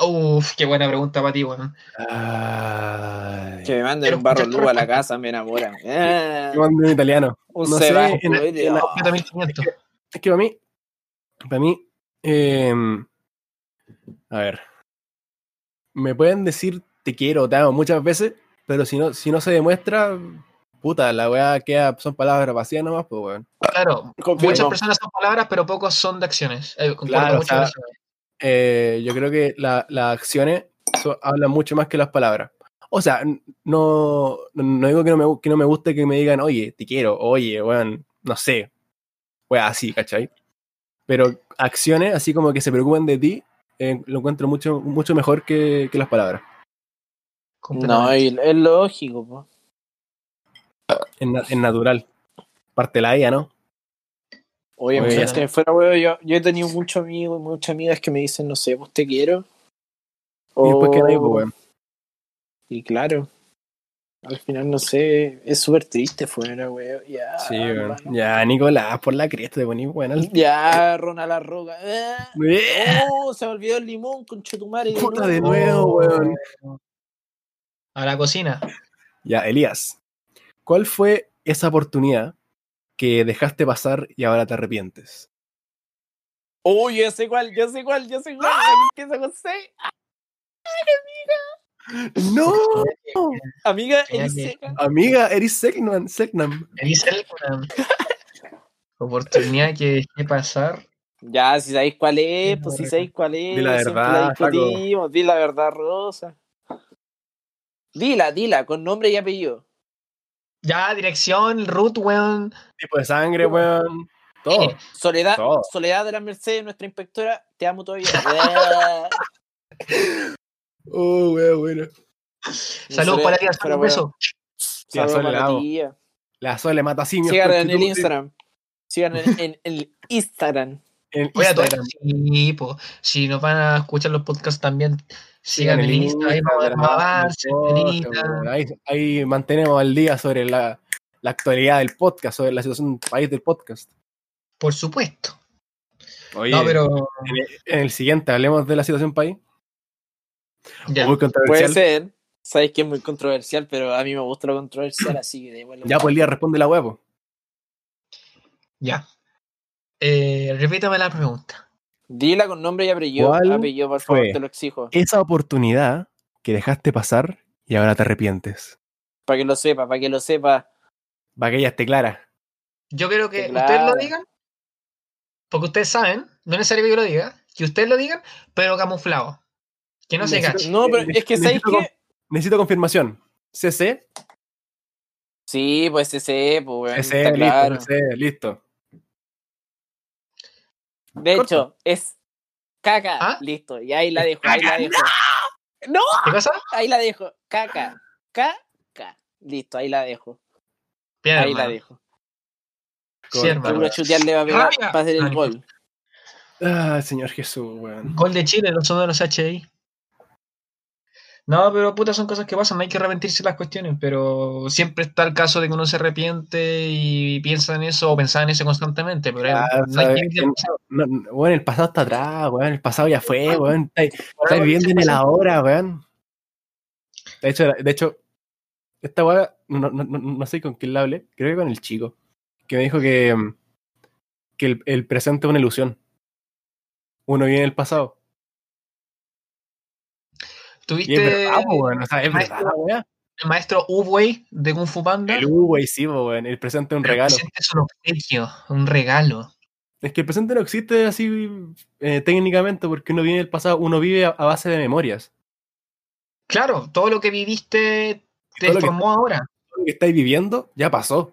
S4: Uf, qué buena pregunta para ti, weón.
S3: Ay.
S2: Que me manden
S4: Pero
S2: un barro
S4: escucha tu
S2: luz a la
S4: respuesta.
S2: casa, me enamoran. Ah,
S3: Yo mando un italiano.
S2: un
S3: no sé,
S2: cebajo,
S3: en-
S2: weón.
S4: Eh,
S3: en la-
S2: Ah,
S4: Yo 1500.
S3: Es que para mí, para mí, em, a ver, me pueden decir te quiero, te amo muchas veces, pero si no, si no se demuestra, puta, la weá queda, son palabras vacías nomás, pues weón.
S4: Claro,
S2: Confirmo.
S4: muchas personas son palabras, pero pocos son de acciones. Eh, concuerdo
S3: Claro, o
S4: mucho
S3: sea,
S4: con eso.
S3: Eh, yo creo que la- las acciones so- hablan mucho más que las palabras. O sea, n- no, no digo que no, me, gu- que no me guste que me digan, oye, te quiero, oye, weón, no sé. Weón, así, ¿cachai? Pero acciones, así como que se preocupen de ti, eh, lo encuentro mucho, mucho mejor que, que las palabras.
S4: Completamente.
S2: No, y es lógico, po.
S3: En, na- en natural. Parte la IA, ¿no?
S2: Oye,
S3: Oye.
S2: mira, si me fuera, weón, yo, yo he tenido muchos amigos, muchas amigas que me dicen, no sé, pues te quiero. Oh,
S3: Y después
S2: O-
S3: queda ahí, pues, weón.
S2: Y claro, al final, no sé, es súper triste fuera, weón. Ya,
S3: Sí, weón.
S2: hermano.
S3: Ya, Nicolás, por la cresta te ponís buena.
S2: Ya, Ronald Arroga. Eh,
S3: Eh,
S2: ¡Oh! Se me olvidó el limón, conchetumare. de
S3: Puta
S2: nuevo.
S3: de nuevo,
S2: Oh.
S3: weón.
S4: A la cocina.
S3: Ya, Elías, ¿cuál fue esa oportunidad que dejaste pasar y ahora te arrepientes?
S2: Uy, Oh, ya sé cuál, ya sé cuál, ya sé cuál.
S3: ¡Ah!
S2: Empieza con seis.
S3: ¡No!
S2: Amiga,
S4: Genial,
S2: Eliseca.
S3: Amiga, eres Segnam. Segnam.
S4: Elizabeth, una oportunidad que dejé pasar.
S2: Ya, si sabéis cuál es,
S4: Sí,
S2: pues si
S4: correcto.
S2: sabéis cuál es.
S3: Di la
S2: siempre
S3: verdad,
S2: discutimos. Di la verdad, Rosa. Dila, dila, con nombre y apellido.
S4: Ya, dirección, root, weón.
S3: Tipo de sangre, weón. Todo.
S2: Soledad,
S3: Todo.
S2: Soledad de la Mercedes, nuestra inspectora, te amo todavía. Eh,
S3: Oh, weón, bueno.
S4: Salud
S2: Soledad,
S4: para ti, hasta
S2: pero
S4: un
S2: bueno,
S4: beso.
S2: saludos
S3: Soledad,
S2: para
S3: amo.
S2: ti.
S3: La Sole mata simios.
S2: Sigan
S3: porque
S2: en
S3: tú-
S2: el Instagram. Sigan en, en el Instagram.
S3: En
S4: Oye, a todas-
S3: Instagram.
S4: sí, po. si nos van a escuchar los podcasts también,
S3: Sigan
S4: síganme en Insta, ahí vamos a ver más
S3: Instagram,
S4: avances,
S3: el podcast,
S4: penita.
S3: weón. Ahí, ahí mantenemos al día sobre la, la actualidad del podcast, sobre la situación del país del podcast.
S4: Por supuesto.
S3: Oye,
S4: No, pero
S3: en, el, en el siguiente hablemos de la situación país.
S4: ya.
S3: Muy
S2: Puede
S3: controversial.
S2: ser. Sabéis que es muy controversial, pero a mí me gusta lo controversial, así que démosle.
S3: Ya, pues el día responde la huevo.
S4: ya. Eh, repítame la pregunta.
S2: Dila con nombre y apellido.
S3: ¿Cuál
S2: apellido, por favor,
S3: fue?
S2: te lo exijo.
S3: Esa oportunidad que dejaste pasar y ahora te arrepientes.
S2: Para que lo sepa, para que lo sepa.
S3: Va que ella esté clara.
S4: Yo creo
S2: Sí,
S4: que ustedes lo
S2: claro.
S4: digan, porque ustedes saben, no es necesario que yo lo diga, que ustedes lo digan, pero camuflado. Que no se
S3: Necesito-
S4: cache.
S2: No,
S3: Eh,
S2: pero es que sabéis
S3: Necesito
S2: que.
S3: Necesito confirmación. CC.
S2: Sí, pues ese, pues, weón,
S3: CC,
S2: está
S3: listo.
S2: claro.
S3: CC, listo.
S2: De
S3: corta.
S2: hecho, es caca.
S4: ¿Ah?
S2: Listo, y ahí la dejo, ahí la dejo. ¡No!
S4: ¿Qué cosa?
S2: Ahí la dejo. Caca. Caca. Listo, ahí la dejo.
S4: Bien,
S2: Ahí la
S4: hermano.
S2: dejo.
S4: Sí, hermano.
S2: Seguro chutear le va a pegar
S4: Rabia.
S2: para hacer el
S4: Ah, no.
S2: gol.
S3: Ah, señor Jesús, weón.
S4: Gol de Chile, los de los HI. No, pero puta, son cosas que pasan, hay que arrepentirse de las cuestiones, pero siempre está el caso de que uno se arrepiente y piensa en eso o pensaba en eso constantemente, pero
S3: Ah,
S4: no hay
S3: sabe,
S4: que vivir del
S3: en-
S4: pasado.
S3: No, no, weón, el pasado está atrás, weón. El pasado ya fue, Ah, weón. Estáis
S4: Ahora
S3: estáis viviendo en el ahora, weón. De hecho, de hecho esta weá, no, no, no, no sé con quién la hablé. Creo que con el chico. Que me dijo que, mm, que el, el presente es una ilusión. Uno vive en el pasado. Y es
S4: Tuviste
S3: verdad, po, weón. O sea, es verdad la weá.
S4: el maestro Uwei de Kung Fu Panda.
S3: El Hugo y sí, po, weón. El presente es un
S4: Pero el
S3: regalo.
S4: presente Es un obsequio, un regalo.
S3: Es que el presente no existe así eh, técnicamente porque uno vive en el pasado, uno vive a, a base de memorias.
S4: Claro, todo lo que viviste te
S3: Todo lo que-
S4: formó ahora.
S3: Todo lo que estáis viviendo ya pasó.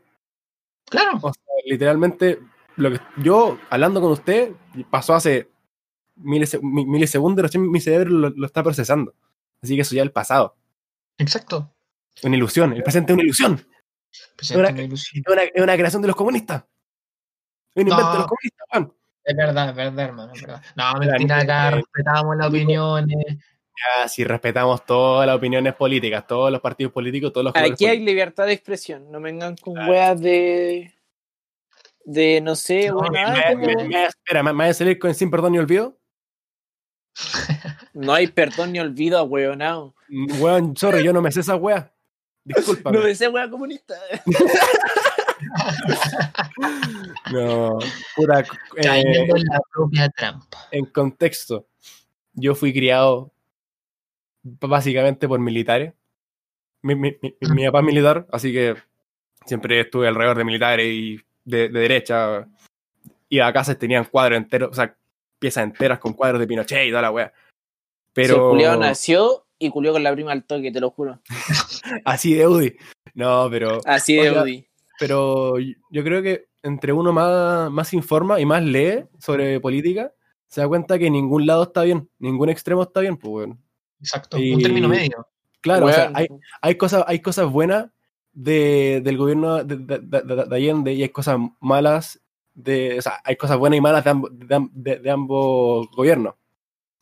S4: Claro,
S3: O sea, literalmente, lo que yo hablando con usted pasó hace miles, mi- milisegundos, recién mi cerebro lo, lo está procesando. Así que eso ya es el pasado.
S4: exacto.
S3: Una ilusión. El presente es una ilusión.
S4: Presente
S3: Ahora-
S4: es una ilusión.
S3: Es una, es una creación de los comunistas. Es un
S4: No.
S3: invento de los comunistas, weón.
S4: Es verdad, es verdad, hermano. es verdad. No,
S3: Mira,
S4: mentira,
S3: Nico,
S4: acá
S3: eh,
S4: respetamos las
S3: Nico,
S4: opiniones.
S3: Ya, Ah, si respetamos todas las opiniones políticas, todos los partidos políticos, todos los colores
S2: Aquí hay
S3: políticos.
S2: libertad de expresión. No vengan con weas de. De no sé,
S4: No,
S2: weón,
S4: me-
S2: ah,
S3: Me-
S2: como-
S3: me- Eh, me- espera, ¿me, me voy a salir con sin perdón ni olvido?
S2: No hay perdón ni olvido, weonado.
S3: Mm, Weón, sorry, yo no me sé esa wea. Discúlpame.
S2: No deseo wea comunista.
S3: No, puta, eh,
S4: Cayendo en la propia trampa.
S3: en contexto. Yo fui criado básicamente por militares. Mi, mi- mi- mi papá es militar, así que siempre estuve alrededor de militares y de, de derecha. Iba a casas tenían cuadros enteros, o sea, piezas enteras con cuadros de Pinochet y toda la wea.
S2: Pero...
S3: Pero
S2: nació y culió con la prima al toque, te lo juro.
S3: así de Udi. No, pero
S2: Así de
S3: Oiga.
S2: Udi.
S3: pero yo creo que entre uno más, más informa y más lee sobre política, se da cuenta que ningún lado está bien, ningún extremo está bien, pues bueno.
S4: Exacto,
S3: Y-
S4: un término medio.
S3: Claro, o sea,
S2: Weón.
S3: hay, hay cosas, hay cosas buenas de- del gobierno de, de- de- de- de Allende y hay cosas malas de, o sea, hay cosas buenas y malas de, ambos- de am- de- de ambos gobiernos.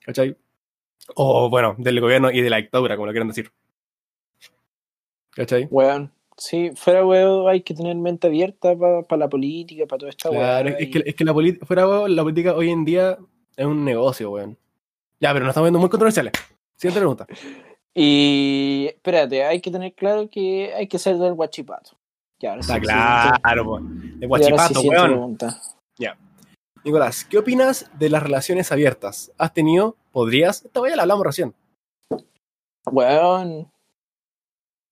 S3: ¿Cachai? O bueno, del gobierno y de la dictadura, como lo quieran decir. ¿Cachai?
S2: Weón. Sí, fuera weón, hay que tener mente abierta para la política, para toda esta
S3: Claro,
S2: weá,
S3: es
S2: y-
S3: que, es que la, polit- fuera, huevo, la política hoy en día es un negocio, weón. Ya, pero nos estamos viendo muy controversiales. Siguiente pregunta.
S2: Y espérate, hay que tener claro que hay que ser del guachipato. Ya, ahora sí,
S3: Está
S2: sí,
S3: claro, weón. De
S2: sí, ahora
S3: guachipato,
S2: sí, siguiente
S3: weón.
S2: pregunta.
S3: Nicolás, ¿qué opinas de las relaciones abiertas? ¿Has tenido? ¿Podrías? Esta ya la hablamos recién.
S2: Weón.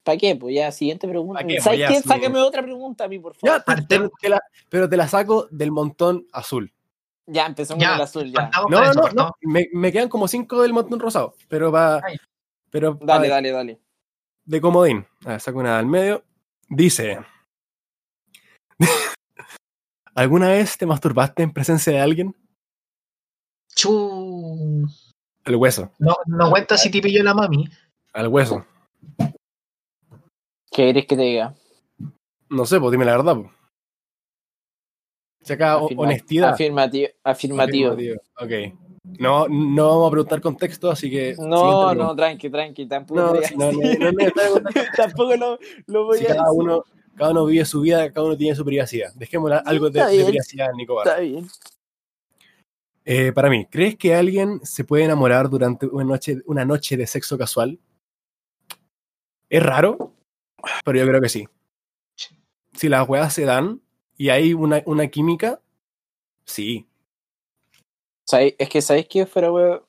S2: ¿Para qué? Pues ya, siguiente pregunta.
S3: ¿Pa' qué?
S2: ¿Sabes
S3: Pues ya,
S2: qué?
S3: sí.
S2: Sácame otra pregunta a mí, por favor.
S3: Ya, te- te- te la- pero te la saco del montón azul.
S2: Ya, empezamos
S4: Ya,
S2: con el azul, ya.
S4: Partamos
S3: No,
S4: con
S3: no,
S4: eso,
S3: no,
S4: partamos.
S3: Me, me quedan como cinco del montón rosado, pero va...
S4: Ay.
S3: Pero pa-
S2: Dale, dale, dale.
S3: de comodín. A ver, saco una al medio. Dice... ¿Alguna vez te masturbaste en presencia de alguien?
S4: Chu.
S3: Al hueso,
S4: No, no cuenta si te pilló la mami.
S3: al hueso.
S2: ¿Qué querés que te diga?
S3: No sé, pues dime la verdad. Pues. Saca
S2: Afirma-
S3: Ah, honestidad.
S2: Afirmativo. afirmativo.
S3: Afirmativo, Ok. No, no vamos a preguntar contexto, así que.
S2: No,
S3: siguiente
S2: no, tranqui, tranqui. Tampoco,
S3: pregunta.
S2: voy
S3: No,
S2: a-
S3: sí, no, no, no, no, no, no,
S2: tampoco lo, lo voy
S3: si
S2: a
S3: cada
S2: decir.
S3: uno, cada uno vive su vida, cada uno tiene su privacidad. Dejémosle algo de,
S2: está
S3: de
S2: bien.
S3: privacidad, Nico. Barra.
S2: Está bien.
S3: Eh, para mí, ¿crees que alguien se puede enamorar durante una noche, una noche de sexo casual? Es raro, pero yo creo que sí. Si las weas se dan y hay una, una química, sí.
S2: ¿Sabéis- Es que sabéis que fuera weón.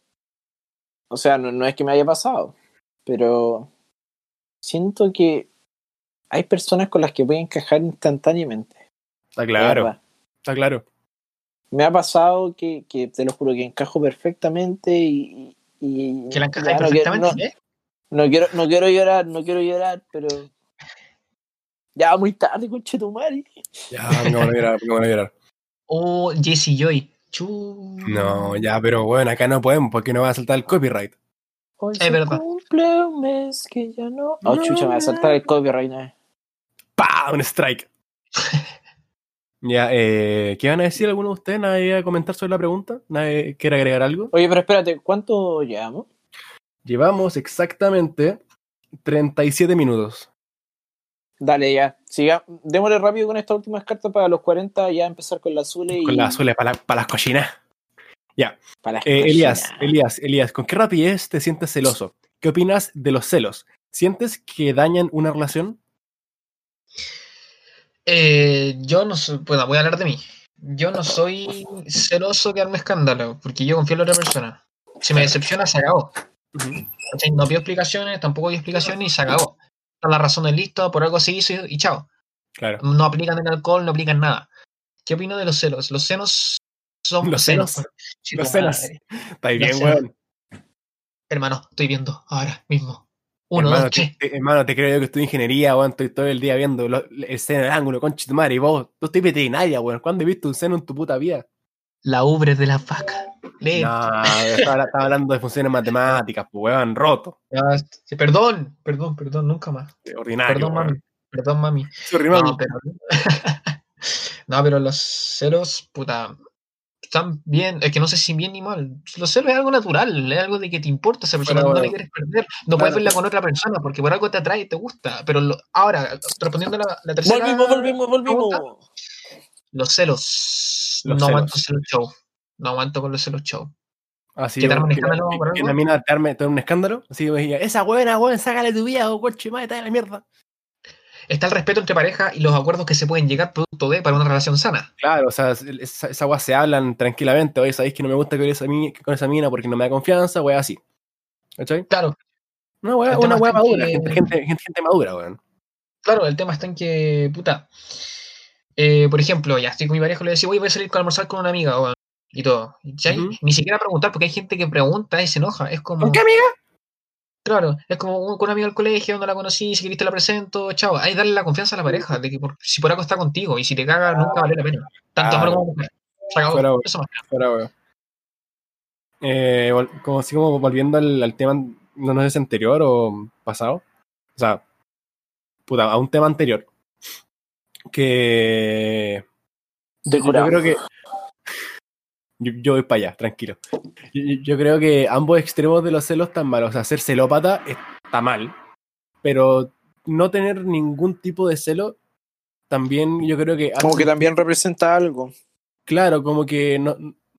S2: O sea, no, no es que me haya pasado, pero siento que hay personas con las que voy a encajar instantáneamente.
S3: Está
S2: la
S3: claro,
S2: verdad.
S3: está claro.
S2: Me ha pasado que, que te lo juro que encajo perfectamente y. y- y
S4: Que
S2: ya
S4: la encajáis
S2: no quiero- no-
S4: perfectamente. ¿eh?
S2: no quiero, no quiero llorar, no quiero llorar, pero. Ya muy tarde, conchetumare.
S3: Ya, pongámonos a llorar, pongámonos a llorar.
S4: O Jesse Joy. Chu.
S3: No, ya, pero bueno, acá no podemos porque no va a saltar el copyright.
S2: Hoy
S4: Es
S2: se
S4: verdad.
S2: cumple un mes que ya no. Oh, chucha, me va a saltar el copyright. ¿no?
S3: ¡Pah! Un strike. ya, eh, ¿qué van a decir alguno de ustedes? ¿Nadie va a comentar sobre la pregunta? ¿Nadie quiere agregar algo?
S2: Oye, pero espérate, ¿cuánto llevamos?
S3: Llevamos exactamente 37 minutos.
S2: Dale, ya. Siga, démosle rápido con estas últimas cartas para los 40, ya empezar con la azul y.
S3: Con las azules para, la- para las cochinas.
S2: para las
S3: Eh, Elías,
S2: cochinas.
S3: Elías, Elías, ¿con qué rapidez te sientes celoso? ¿Qué opinas de los celos? ¿Sientes que dañan una relación?
S4: Eh, yo no soy. Bueno, voy a hablar de mí. Yo no soy celoso que arme escándalo, porque yo confío en la otra persona. Si me decepciona, se acabó. ¿Cachai? No pido explicaciones, tampoco pido explicaciones y se acabó. Está La razón es listo, por algo se hizo y- y chao.
S3: Claro.
S4: no aplican el alcohol, no aplican nada. ¿Qué opino de los celos? Los senos son
S3: Los celos.
S4: por- Chico,
S3: Los celos.
S4: madre.
S3: Está
S4: Ya
S3: bien,
S4: sé.
S3: weón.
S4: Hermano, estoy viendo ahora mismo. Uno,
S3: hermano,
S4: dos, tres.
S3: te, te- hermano, te creo yo que estoy ingeniería, weón. Estoy todo el día viendo lo- el seno del ángulo, concha de tu madre. Y vos, tú estoy veterinaria, weón. ¿Cuándo he visto un seno en tu puta vida?
S4: La ubre de la vaca. Lee.
S3: No, estaba, estaba hablando de funciones matemáticas, pues, weón, roto.
S4: Ah, sí, Perdón, perdón, perdón, nunca más.
S3: Ordinario.
S4: Perdón,
S3: weón.
S4: mami. Perdón, mami.
S3: Sorry, mami.
S4: No, pero... no, pero los celos, puta. Están bien, es que no sé si bien ni mal. Los celos es algo natural, es algo de que te importa esa persona,
S3: Pero
S4: no la
S3: bueno.
S4: quieres perder. No puedes
S3: Claro.
S4: verla con otra persona porque por algo te atrae y te gusta. Pero lo- ahora, respondiendo a la, la tercera.
S2: Volvimos, volvimos, volvimos.
S4: pregunta. Los celos.
S3: Los
S4: no
S3: celos.
S4: aguanto celos show. No aguanto con los celos show.
S3: Así,
S4: ¿que te arma un
S3: weón, que,
S4: escándalo
S3: que-
S4: por
S3: que
S4: algo?
S3: la mina te arme te arme un escándalo. Así que me diga, esa buena, weón, sácale tu vida, o coche, madre, está de la mierda.
S4: Está el respeto entre pareja y los acuerdos que se pueden llegar producto de para una relación sana.
S3: Claro, o sea, es- esa, esa weá se hablan tranquilamente. Oye, sabéis que no me gusta que hables a mí- con esa mina porque no me da confianza, weón, así. ¿Cachai?
S4: Claro,
S3: Una weá,
S4: El
S3: una
S4: tema
S3: weá
S4: está en
S3: madura,
S4: que-
S3: gente, gente, gente, gente madura, weón.
S4: Claro, el tema está en que, puta. eh, por ejemplo, ya estoy con mi pareja y le decía, oye, voy a salir a almorzar con una amiga, weón", Y todo. ¿cachai?
S3: Ujú.
S4: Ni siquiera preguntar, porque hay gente que pregunta y se enoja. Es como.
S3: ¿Con qué amiga?
S4: Claro, es como un- con una amiga del colegio, no la conocí, si querés te la presento, chao. Hay que darle la confianza a la pareja, de que por- si por algo está contigo y si te caga, nunca vale la pena. Tanto amor
S3: Claro.
S4: como mujer. Se acabó.
S3: Fuera, weón.
S4: Eso más.
S3: Fuera, weón. Eh, vol- como así como volviendo al, al tema, no, no sé si anterior o pasado. O sea, puta, a un tema anterior. Que
S2: De
S3: Yo creo que. Yo, yo voy para allá, tranquilo. Yo, yo- yo creo que ambos extremos de los celos están malos. O sea, ser celópata está mal. Pero no tener ningún tipo de celo también yo creo que.
S2: Como que también representa algo.
S3: Claro, como que no,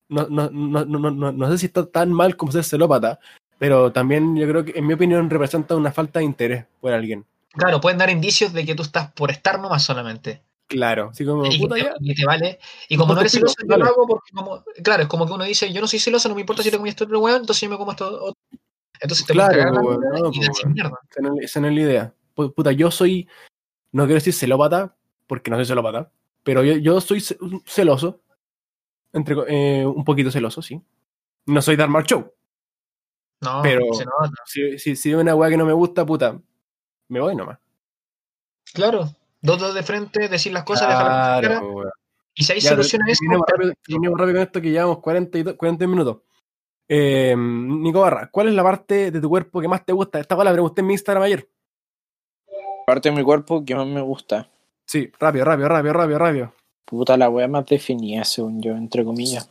S3: no, no, no, no, no- no- no sé si está tan mal como ser celópata. Pero también yo creo que, en mi opinión, representa una falta de interés por alguien.
S4: Claro, pueden dar indicios de que tú estás por estar nomás solamente.
S3: Claro, así como.
S4: Y que,
S3: Puta
S4: te,
S3: ya.
S4: y te vale. Y como no eres
S3: Contigo,
S4: celoso, yo lo
S3: dale.
S4: hago porque, como, claro, es como que uno dice, yo no soy celoso, no me importa si te comí esto otro weón, entonces yo me como esto otro. Entonces te
S3: Claro,
S4: puedes cagar la
S3: weón,
S4: vida
S3: no,
S4: y
S3: pues,
S4: te haces
S3: weón.
S4: mierda.
S3: Esa no, esa no es la idea. Pu- Puta, yo soy. No quiero decir celópata, porque no soy celópata, pero yo, yo soy ce- celoso. Entre, co- eh, un poquito celoso, sí. No soy Darmar Show.
S4: No,
S3: Pero-
S4: se nota.
S3: Si, si, si veo una weá que no me gusta, puta, me voy nomás.
S4: Claro, dos dos de frente, decir las cosas, dejar las cosas claras.
S3: weón.
S4: Y si ahí
S3: Ya,
S4: soluciona eso,
S3: terminemos rápido, terminemos rápido con esto que llevamos 40, y do- 40 minutos. Eh, Nico Barra, ¿cuál es la parte de tu cuerpo que más te gusta? Esta weá la pregunté en mi Instagram ayer.
S2: Parte de mi cuerpo que más me gusta.
S3: Sí, rápido, rápido, rápido, rápido, rápido.
S2: Puta, la wea más definida, según yo, entre comillas.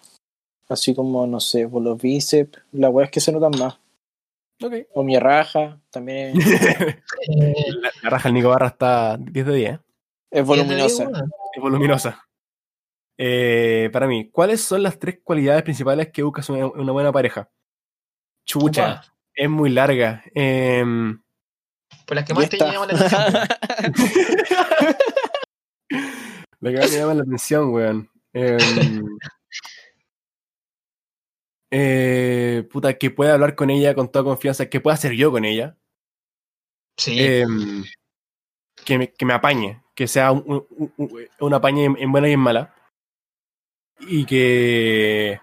S2: Así como, no sé, por los bíceps, las weas que se notan más.
S3: Ok.
S2: O mi raja, también es-
S4: eh,
S3: La, la raja del Nico Barra está 10 de 10. ¿eh?
S2: es
S4: Yo
S2: voluminosa.
S4: te digo, weón,
S3: Es voluminosa. Eh, para mí, ¿cuáles son las tres cualidades principales que buscas en una, en una buena pareja? Chucha,
S4: puta,
S3: es muy larga. em,
S4: Pues las que
S2: Y
S4: más te
S2: esta.
S4: llaman la atención. weón.
S3: la que más me llama la atención, weón. em, eh, puta, que pueda hablar con ella con toda confianza, que pueda ser yo con ella.
S4: Sí,
S3: em, que, me, que me apañe, que sea un, un- un- un apañe en, en buena y en mala. Y que.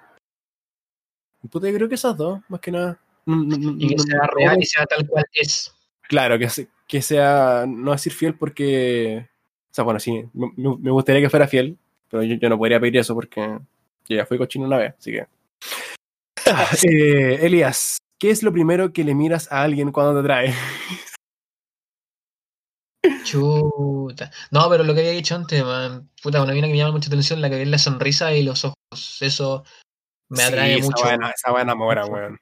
S3: Puta, yo creo que esas dos, más que nada. No- no- no-
S4: y que
S3: no-
S4: sea
S3: no-
S4: real y sea tal cual es.
S3: Claro, que, se- que sea. No decir fiel porque. O sea, bueno, sí, me, me- me gustaría que fuera fiel, pero yo, yo no podría pedir eso porque yo ya fui cochino una vez, así que. Eh, Elías, ¿qué es lo primero que le miras a alguien cuando te trae?
S4: Chuta. No, pero lo que había dicho antes, man, puta, una mina que me llama mucha atención, la que ve la sonrisa y los ojos. Eso me atrae
S3: Sí, esa
S4: mucho.
S3: buena- esa buena enamora, weón.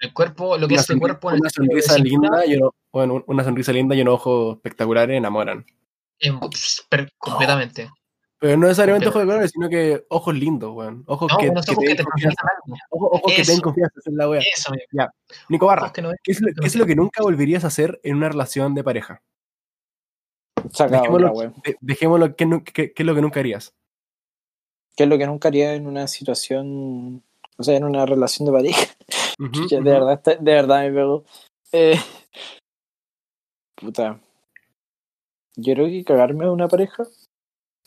S4: El cuerpo, lo que
S3: una,
S4: hace el
S3: sonri-
S4: cuerpo en el
S3: una
S4: sentido de
S3: sonrisa
S4: cintura,
S3: linda y uno- bueno, una sonrisa linda y un ojo espectacular enamoran.
S4: em, ups, per- completamente.
S3: Oh, Pero no necesariamente ojos de colores, sino que ojos lindos, weón. Ojos
S4: No,
S3: que,
S4: unos
S3: que
S4: ojos
S3: te
S4: que
S3: den
S4: te
S3: confianza.
S4: transmitan algo.
S3: Ojos, ojos que te den
S4: Eso.
S3: confianza, esa es la wea.
S4: Eso, amigo,
S3: Nico
S4: ojos
S3: Barra,
S4: que no ven.
S3: ¿qué es, lo, qué es lo que nunca volverías a hacer en una relación de pareja?
S2: Sacado la
S3: Dejémoslo,
S2: wea.
S3: de- dejémoslo ¿qué, nu- qué- qué es lo que nunca harías?
S2: Que es lo que nunca haría en una situación, o sea, en una relación de pareja.
S3: Ujú,
S2: Ya,
S3: ujú.
S2: de verdad, está- de verdad me pegó. Eh, puta. Yo creo que cagarme a una pareja.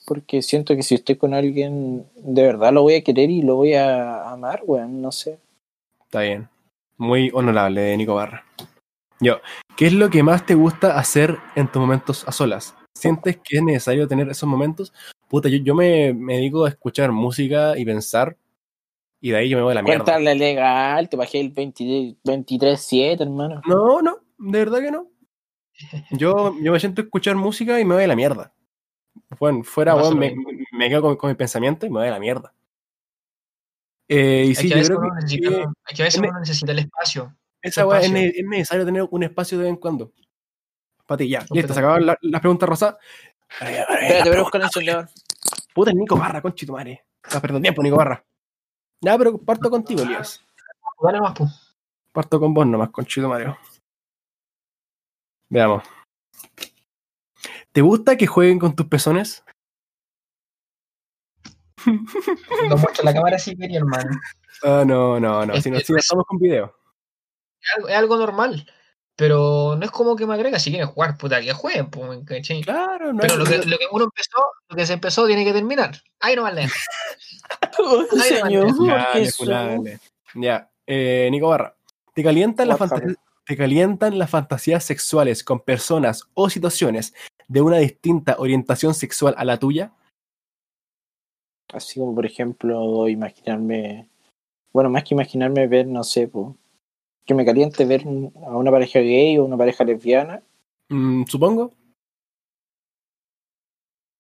S2: Porque siento que si estoy con alguien, de verdad lo voy a querer y lo voy a amar, weón. No sé.
S3: Está bien. Muy honorable de Nico Barra. Yo, ¿qué es lo que más te gusta hacer en tus momentos a solas? ¿Sientes que es necesario tener esos momentos? Puta, yo, yo me, me dedico a escuchar música y pensar, y de ahí yo me voy a la mierda.
S2: Cuéntale legal, te bajé el 20 23-7, hermano.
S3: No, no, de verdad que no. Yo, yo me siento a escuchar música y me voy a la mierda. Bueno, fuera,
S4: Me pasa
S3: weón,
S4: lo
S3: me, me quedo con, con mi pensamiento y me voy a la mierda. Eh, y
S4: Es
S3: sí,
S4: que
S3: yo
S4: a veces
S3: creo
S4: uno
S3: que,
S4: necesita-
S3: que
S4: es que a veces
S3: en-
S4: uno necesita el espacio.
S3: esa weá, es,
S4: espacio.
S3: ne- es necesario tener un espacio de vez en cuando. Pati, ya, listo,
S4: Completamente.
S3: se acabaron la- las preguntas rosadas.
S2: Espérate, pero buscar el león.
S3: Puta, el Nico Barra, conchitumare. Estás perdiendo tiempo, Nico Barra. Ya, pero parto contigo, Elías.
S4: Dale más, pu.
S3: Parto con vos nomás, conchitumare. Veamos. ¿Te gusta que jueguen con tus pezones?
S4: Lo muestro en la cámara si quería, hermano.
S3: Ah, no, no, no. Si no, si no estamos con video.
S4: algo- es algo normal. Pero no es como que me agrega, si quieren jugar, puta, que jueguen, pues, ¿cachai?
S3: Claro, no.
S4: Pero
S3: es-
S4: lo que, lo que uno empezó, lo que se empezó, tiene que terminar. Ahí no vale.
S2: señor,
S3: Dale,
S2: Jesús.
S3: culable. Ya, eh, Nico Barra. ¿Te calientan, las
S2: What
S3: fanta-
S2: happened?
S3: ¿Te calientan las fantasías sexuales con personas o situaciones de una distinta orientación sexual a la tuya?
S2: Así como, por ejemplo, imaginarme. Bueno, más que imaginarme ver, no sé, po, que me caliente ver un- a una pareja gay o una pareja lesbiana.
S3: Mm, supongo.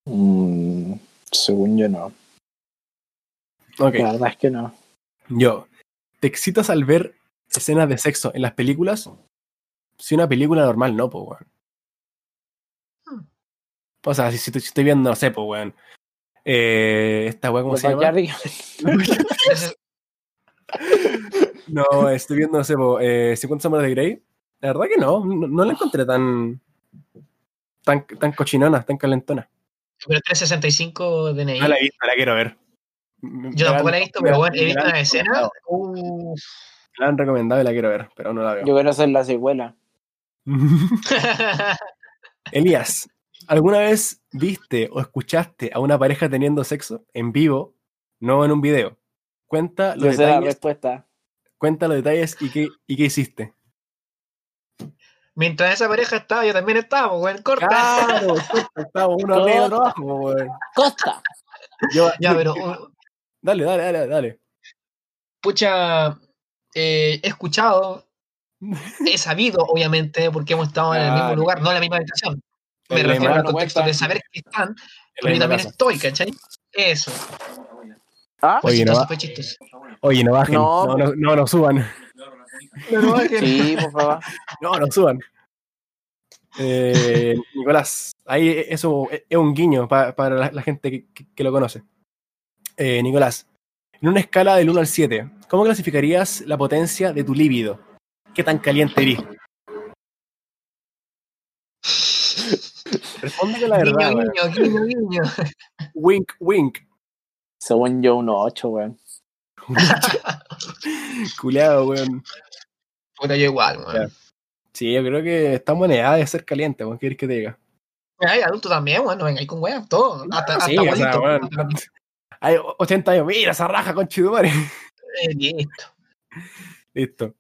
S2: Mm, según yo, no.
S3: Ok,
S2: La verdad es que no.
S3: yo. ¿Te excitas al ver escenas de sexo en las películas? Si una película normal, no, pues, weón.
S4: Hmm.
S3: O sea, si, si te- si estoy viendo, no sé, pues, weón. Eh, esta weón, ¿cómo
S2: Los
S3: se llama?
S2: Backyardigans.
S4: Entonces,
S3: No, estoy viendo, no sé, po, eh, 50 Sombras de Grey. La verdad que no, no, no la encontré tan, tan, tan cochinona, tan calentona.
S4: pero 365 DNI.
S3: No la he visto, la quiero ver. Me-
S4: Yo
S3: me
S4: tampoco
S3: han-
S4: la he visto,
S3: me
S4: pero
S3: han-
S4: bueno, he
S3: me
S4: visto
S3: la han
S4: una escena.
S3: recomendado.
S4: Uh.
S3: Me la han recomendado y la quiero ver, pero no la veo.
S2: Yo quiero hacer la secuela.
S3: Elías, ¿alguna vez viste o escuchaste a una pareja teniendo sexo en vivo, no en un video? Cuenta
S2: Yo
S3: los,
S2: sé la
S3: detalles,
S2: respuesta.
S3: cuenta los detalles y qué, y qué hiciste.
S4: Mientras esa pareja estaba, yo también estaba, pues, weón, corta.
S3: Claro, estaba uno arriba y otro abajo, po, weón.
S2: Costa.
S3: Yo-
S4: Ya, pero uh,
S3: Dale, dale, dale, dale.
S4: pucha, eh, he escuchado, he sabido, obviamente, porque hemos estado en el mismo
S3: Claro.
S4: lugar, no en la misma habitación. Me
S3: En la
S4: refiero
S3: misma-
S4: al
S2: mano,
S4: contexto
S2: cuenta.
S4: de saber que están,
S3: en la
S4: pero yo
S3: misma
S4: también
S3: casa.
S4: estoy, ¿cachai? Eso,
S2: Ah,
S4: fue
S3: Oye, no
S4: chistoso,
S3: va-
S4: fue chistoso.
S3: Oye, no bajen,
S2: No,
S3: no, no, no, no suban,
S2: sí, por favor.
S3: no, no suban. Eh, Nicolás, ahí e, eso es un guiño pa- para la, la gente que, que- que lo conoce. Eh, Nicolás, en una escala del 1 al 7, ¿cómo clasificarías la potencia de tu líbido? ¿Qué tan caliente eres? Responde con la verdad.
S4: Guiño,
S3: weón.
S4: guiño, guiño, guiño.
S3: Wink, wink.
S2: Según yo, 1.8, weón.
S3: Culeado, weón.
S4: Puta, yo igual, weón.
S3: Sí, yo creo que estamos en edad de ser caliente, weón. ¿Qué quieres que te diga?
S4: Ay, adulto Pues también, weón, no vengáis con weón, todo. Hasta, hasta
S3: Sí,
S4: Eh,
S3: o sea,
S4: abuelito.
S3: weón. Hay 80 años, mira esa raja con chidumare.
S4: Eh, listo.
S3: Listo.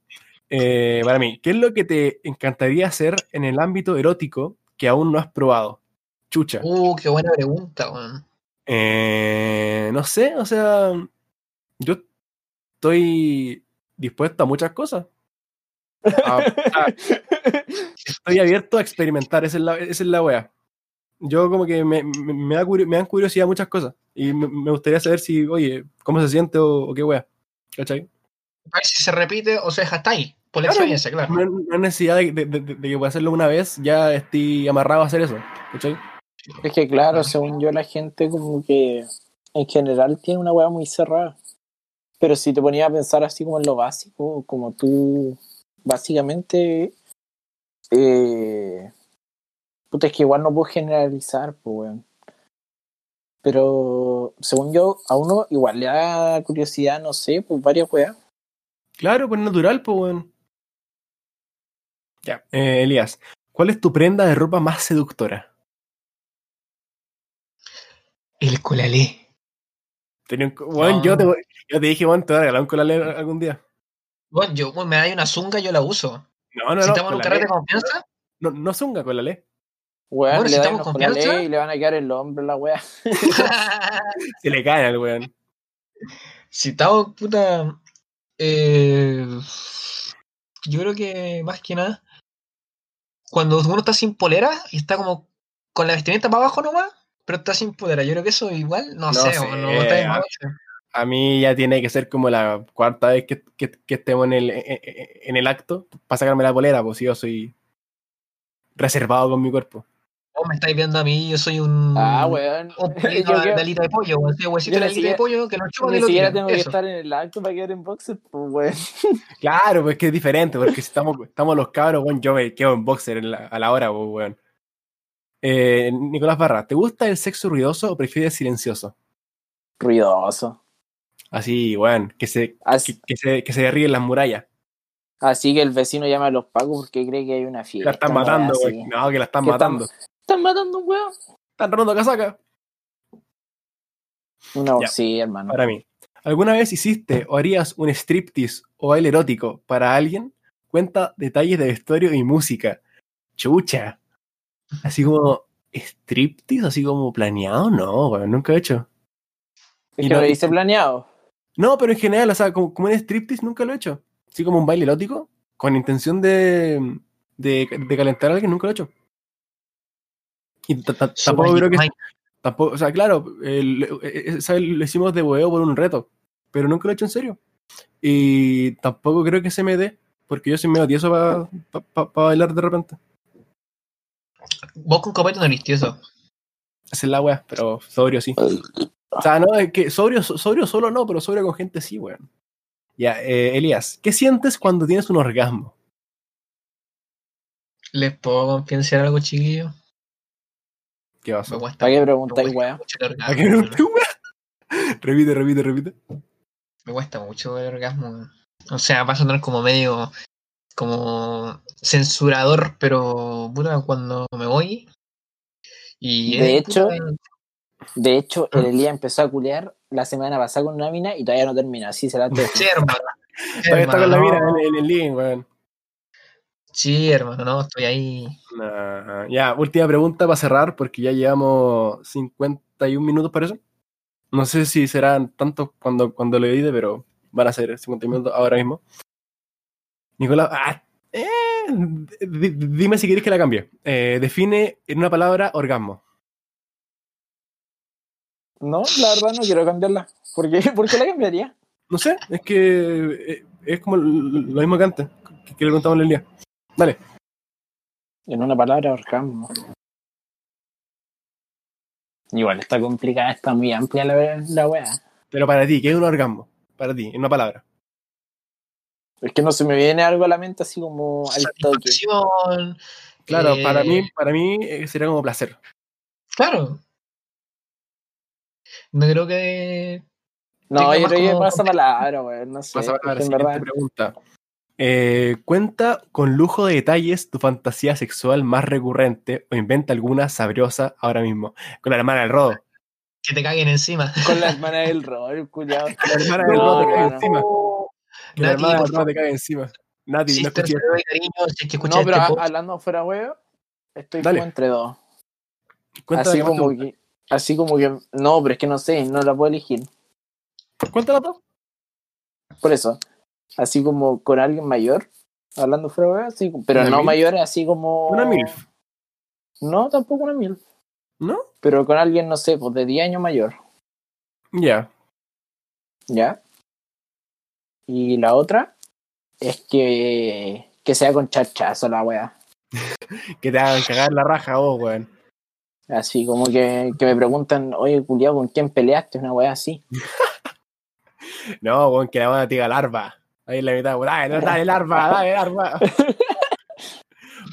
S3: Eh, para mí, ¿qué es lo que te encantaría hacer en el ámbito erótico que aún no has probado? Chucha.
S4: Uh, qué buena pregunta, weón.
S3: Eh, no sé, o sea, yo estoy dispuesto a muchas cosas. A- a- estoy abierto a experimentar, esa es la, esa es la wea. Yo como que me, me, me da curio- me dan curiosidad muchas cosas y me, me gustaría saber si, oye, cómo se siente o, o qué wea. ¿Cachai?
S4: A ver si se repite o se deja hasta ahí, por la
S3: Claro.
S4: experiencia, claro.
S3: No, no hay necesidad de, de- de- de que voy a hacerlo una vez, ya estoy amarrado a hacer eso. ¿Cachai?
S2: Es que, claro, según yo, la gente, como que en general tiene una weá muy cerrada. Pero si te ponías a pensar así como en lo básico, como tú, básicamente. Eh, puta, es que igual no puedo generalizar, pues, weón. Pero según yo, a uno igual le da curiosidad, no sé, pues varias weas.
S3: Claro, pues natural, pues weón. Ya, eh, Elías, ¿cuál es tu prenda de ropa más seductora?
S4: El colalé.
S3: Tenía un co- weón, yo, te, voy- yo te dije, weón, te voy a regalar un colale algún día.
S4: Bueno, yo, bueno, me da una zunga, yo la uso.
S3: No, no,
S4: si
S3: no.
S4: estamos en un
S3: colale.
S4: carrete de confianza,
S3: No, no zunga con la ley.
S2: Weón,
S4: Bueno, si
S2: le dan
S4: estamos
S2: unos
S4: con Bielsa.
S2: colales y le van a quedar el hombro a la wea.
S3: Se le cae al weón.
S4: si estamos, puta. eh, yo creo que más que nada, cuando uno está sin polera y está como con la vestimenta para abajo nomás, pero está sin polera, yo creo que eso igual, no,
S3: No
S4: sé,
S3: sé,
S4: o no está de moda.
S3: A mí ya tiene que ser como la cuarta vez que, que, que estemos en el, en el acto para sacarme la polera, pues si yo soy reservado con mi cuerpo.
S4: Vos Oh, me estáis viendo a mí, yo soy un.
S2: Ah, weón.
S4: Mm, Un
S2: Yo
S4: palito de
S2: creo-
S4: alita de pollo, weón. Soy huesito
S2: Yo
S4: de
S2: ni
S4: alita de
S2: siquiera-
S4: pollo que no chupa ni
S2: Ni
S4: lo
S2: siquiera
S4: tira.
S2: tengo que
S4: Eso.
S2: estar en el acto para quedar en boxer, pues, weón.
S3: Claro, pues que es diferente, porque si estamos, estamos los cabros, weón, yo me quedo en boxer en la- a la hora, pues, weón. Eh, Nicolás Barra, ¿te gusta el sexo ruidoso o prefieres silencioso?
S2: Ruidoso.
S3: Así, weón, que se,
S2: Así,
S3: que, que se, que se derriben las murallas.
S2: Así que el vecino llama a los pacos porque cree que hay una
S3: Que
S2: fiesta.
S3: la están
S2: una wea
S3: matando,
S2: así.
S3: güey. No, que la están
S2: Que están-
S3: matando.
S2: Están matando un weón.
S3: Están robando casaca.
S2: No,
S3: Ya.
S2: sí, hermano.
S3: Para mí. ¿Alguna vez hiciste o harías un striptease o baile erótico para alguien? Cuenta detalles de vestuario y música. Chucha. Así como striptease, así como planeado, no, güey, nunca he hecho.
S2: Es
S3: y
S2: que
S3: no-
S2: lo hice planeado.
S3: No, pero en general, o sea, como, como un striptease nunca lo he hecho. Así como un baile erótico, con intención de, de, de calentar a alguien, nunca lo he hecho. Y ta- ta- tampoco creo que... Tampoco, o sea, claro, el- eh, esa lo hicimos de huevo por un reto, pero nunca lo he hecho en serio. Y tampoco creo que se me dé, porque yo soy medio tieso para bailar de repente.
S4: Vos con copete no eres tieso.
S3: Esa es la wea, pero sobrio sí. O sea, no, es que sobrio, sobrio solo no, pero sobrio con gente sí, weón. Ya, eh, Elías, ¿qué sientes cuando tienes un orgasmo?
S4: ¿Les puedo confidenciar algo, chiquillo?
S3: ¿Qué
S4: Me
S3: pasa?
S4: cuesta,
S2: ¿Para qué
S4: me
S2: preguntáis,
S4: cuesta
S2: weón?
S4: mucho el orgasmo,
S3: ¿A qué
S4: weón.
S3: pregunté, weón? Repite, repite, repite.
S4: Me cuesta mucho el orgasmo. weón. O sea, va a sonar como medio como censurador, pero puta, cuando me voy. Y
S2: De
S4: eh, puta,
S2: De hecho, el Elías empezó a culear la semana pasada con una mina y todavía no termina. Así se la dejo.
S4: sí, hermano.
S3: Todavía está con la
S4: Hermano,
S3: mira en, en el link, weón.
S4: Sí, hermano, no, estoy ahí.
S3: Nah, Ya, última pregunta para cerrar, porque ya llevamos 51 minutos, parece. No sé si serán tantos cuando, cuando lo edite, pero van a ser 50 minutos ahora mismo. Nicolás, ah, eh, di- di- dime si quieres que la cambie. Eh, define en una palabra orgasmo.
S2: No, la verdad no quiero cambiarla. ¿Por qué, ¿Por qué la cambiaría?
S3: No sé, es que eh, es como lo mismo que antes, que, que le contamos el día. Dale,
S2: En una palabra, orgasmo. Igual está complicada, está muy amplia la, la weá.
S3: pero para ti, ¿qué es un orgasmo? Para ti, en una palabra.
S2: Es que no se me viene algo a la mente así como al toque.
S4: Satisfacción.
S3: Claro,
S4: eh,
S3: para mí, para mí eh, sería como placer.
S4: Claro. No creo que.
S2: No,
S4: Tengo
S2: yo
S4: más
S2: creo que
S4: como-
S2: pasa palabra, weón. No sé.
S3: Vas a
S2: es
S3: ver,
S2: que en
S3: siguiente
S2: verdad,
S3: pregunta. Eh, cuenta con lujo de detalles tu fantasía sexual más recurrente o inventa alguna sabrosa ahora mismo. Con la hermana del rodo.
S4: Que te caguen encima.
S2: con la hermana del rol, culiado.
S3: La hermana del rodo
S2: No,
S3: te cae
S2: no.
S3: encima. Que la
S4: Nati,
S3: hermana
S4: por
S3: del rodo te cae encima. Nadie, no
S4: Sister,
S3: escuché.
S4: te doy cariño, si es que escuchas
S2: No, pero
S4: este
S2: a-
S4: podcast.
S2: hablando fuera weón, estoy
S3: Dale.
S2: como entre dos.
S3: Cuenta la
S2: así
S3: que más te
S2: como
S3: gusta.
S2: que, así como que, no, pero es que no sé, no la puedo elegir.
S3: Cuéntala tú.
S2: Por eso, así como con alguien mayor, hablando fuera weón, así, pero
S3: ¿Una
S2: no
S3: milf?
S2: mayor, así como.
S3: Una milf.
S2: No, tampoco una mil.
S3: ¿No?
S2: Pero con alguien, no sé, pues de 10 años mayor,
S3: Ya.
S2: ¿ya? Y la otra es que, que sea con chachazo la weá.
S3: Que te hagan cagar la raja vos, weón.
S2: Así como que, que me preguntan, oye, culiao, ¿con quién peleaste? Una weá así.
S3: No, weón, que la van a tirar larva. Ahí en la mitad, weón. Dale, no, dale, larva, dale, larva.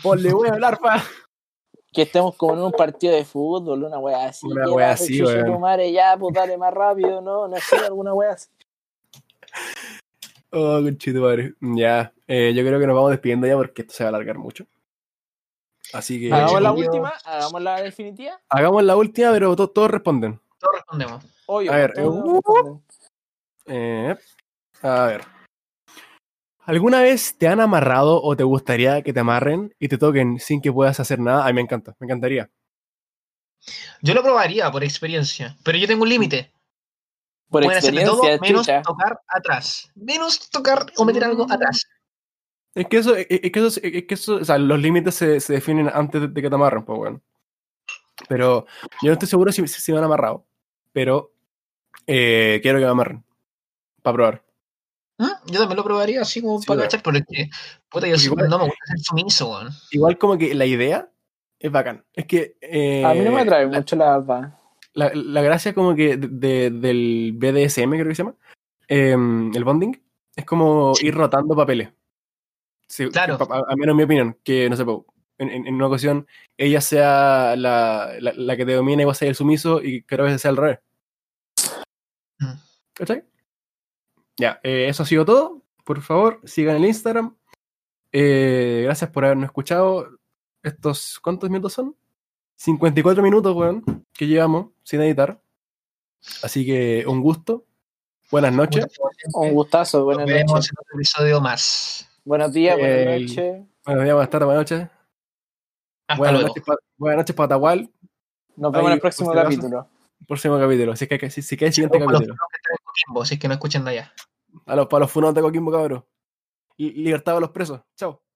S3: Ponle weón, larva.
S2: que estemos como en un partido de fútbol, una wea así.
S3: Una
S2: que
S3: wea
S2: la
S3: así,
S2: chucha
S3: weón.
S2: tu madre, ya, pues dale más rápido, ¿no? No sé, alguna wea así.
S3: Oh, conchito padre. Ya, eh, yo creo que nos vamos despidiendo ya porque esto se va a alargar mucho. Así que
S2: Hagamos la
S4: yo-
S2: última, hagamos la definitiva.
S3: hagamos la última, pero to- todos responden.
S4: Todos respondemos.
S2: Obvio.
S3: A ver,
S2: todo-
S3: eh, Eh, a ver. ¿Alguna vez te han amarrado o te gustaría que te amarren y te toquen sin que puedas hacer nada? Ay, me encanta, me encantaría.
S4: Yo lo probaría por experiencia, pero yo tengo un límite.
S2: por
S4: Pueden hacer de todo
S2: experiencia,
S4: menos
S2: chucha.
S4: tocar atrás. Menos tocar o meter algo
S3: Mm.
S4: atrás.
S3: Es que eso, es es que eso, es- es que eso, o sea, los límites se, se definen antes de, de que te amarren, pues bueno. Pero yo no estoy seguro si, si me han amarrado, pero eh, quiero que me amarren para probar.
S4: ¿Mm? Yo también lo probaría así como
S3: Sí,
S4: para
S3: weón.
S4: cachar, porque puta, yo soy-
S3: Igual-
S4: no me gusta ser sumiso, weón.
S3: igual como que la idea es bacán. Es que eh,
S2: A mí no me atrae
S3: la,
S2: mucho la verdad.
S3: la- la gracia como que de- de- del BDSM creo que se llama, em, el bonding, es como
S4: Sí.
S3: ir rotando papeles. Sí, que
S4: Claro.
S3: pa- a, a menos mi opinión, que no sé, po, en, en- en una ocasión ella sea la, la- la que te domina y vos seas el sumiso y que a veces sea al revés.
S4: Mm.
S3: ¿Cachai? Ya, eh, eso ha sido todo. Por favor, sigan el Instagram, Eh, gracias por habernos escuchado. Estos, ¿cuántos minutos son? 54 minutos, weón, que llevamos sin editar. Así que un gusto. Buenas noches.
S2: Un gustazo,
S4: Nos
S2: buenas
S4: vemos
S2: noches.
S4: en otro episodio más.
S2: Buenos días, buenas
S3: El-
S2: noches.
S3: Buenos días, buenas tardes, buenas noches.
S4: Hasta
S3: Buenas
S4: luego.
S3: noches, pa- buenas noches, Patahual.
S2: Nos vemos en
S3: Ahí,
S2: el próximo
S3: usted va a-
S2: capítulo.
S3: Próximo capítulo. Si es que, hay- si, si que hay siguiente
S4: Para los
S3: capítulo.
S4: que están en Coquimbo, así que no escuchen de allá.
S3: A los, para los funados de Coquimbo, cabrón. Y libertad a los presos. Chao.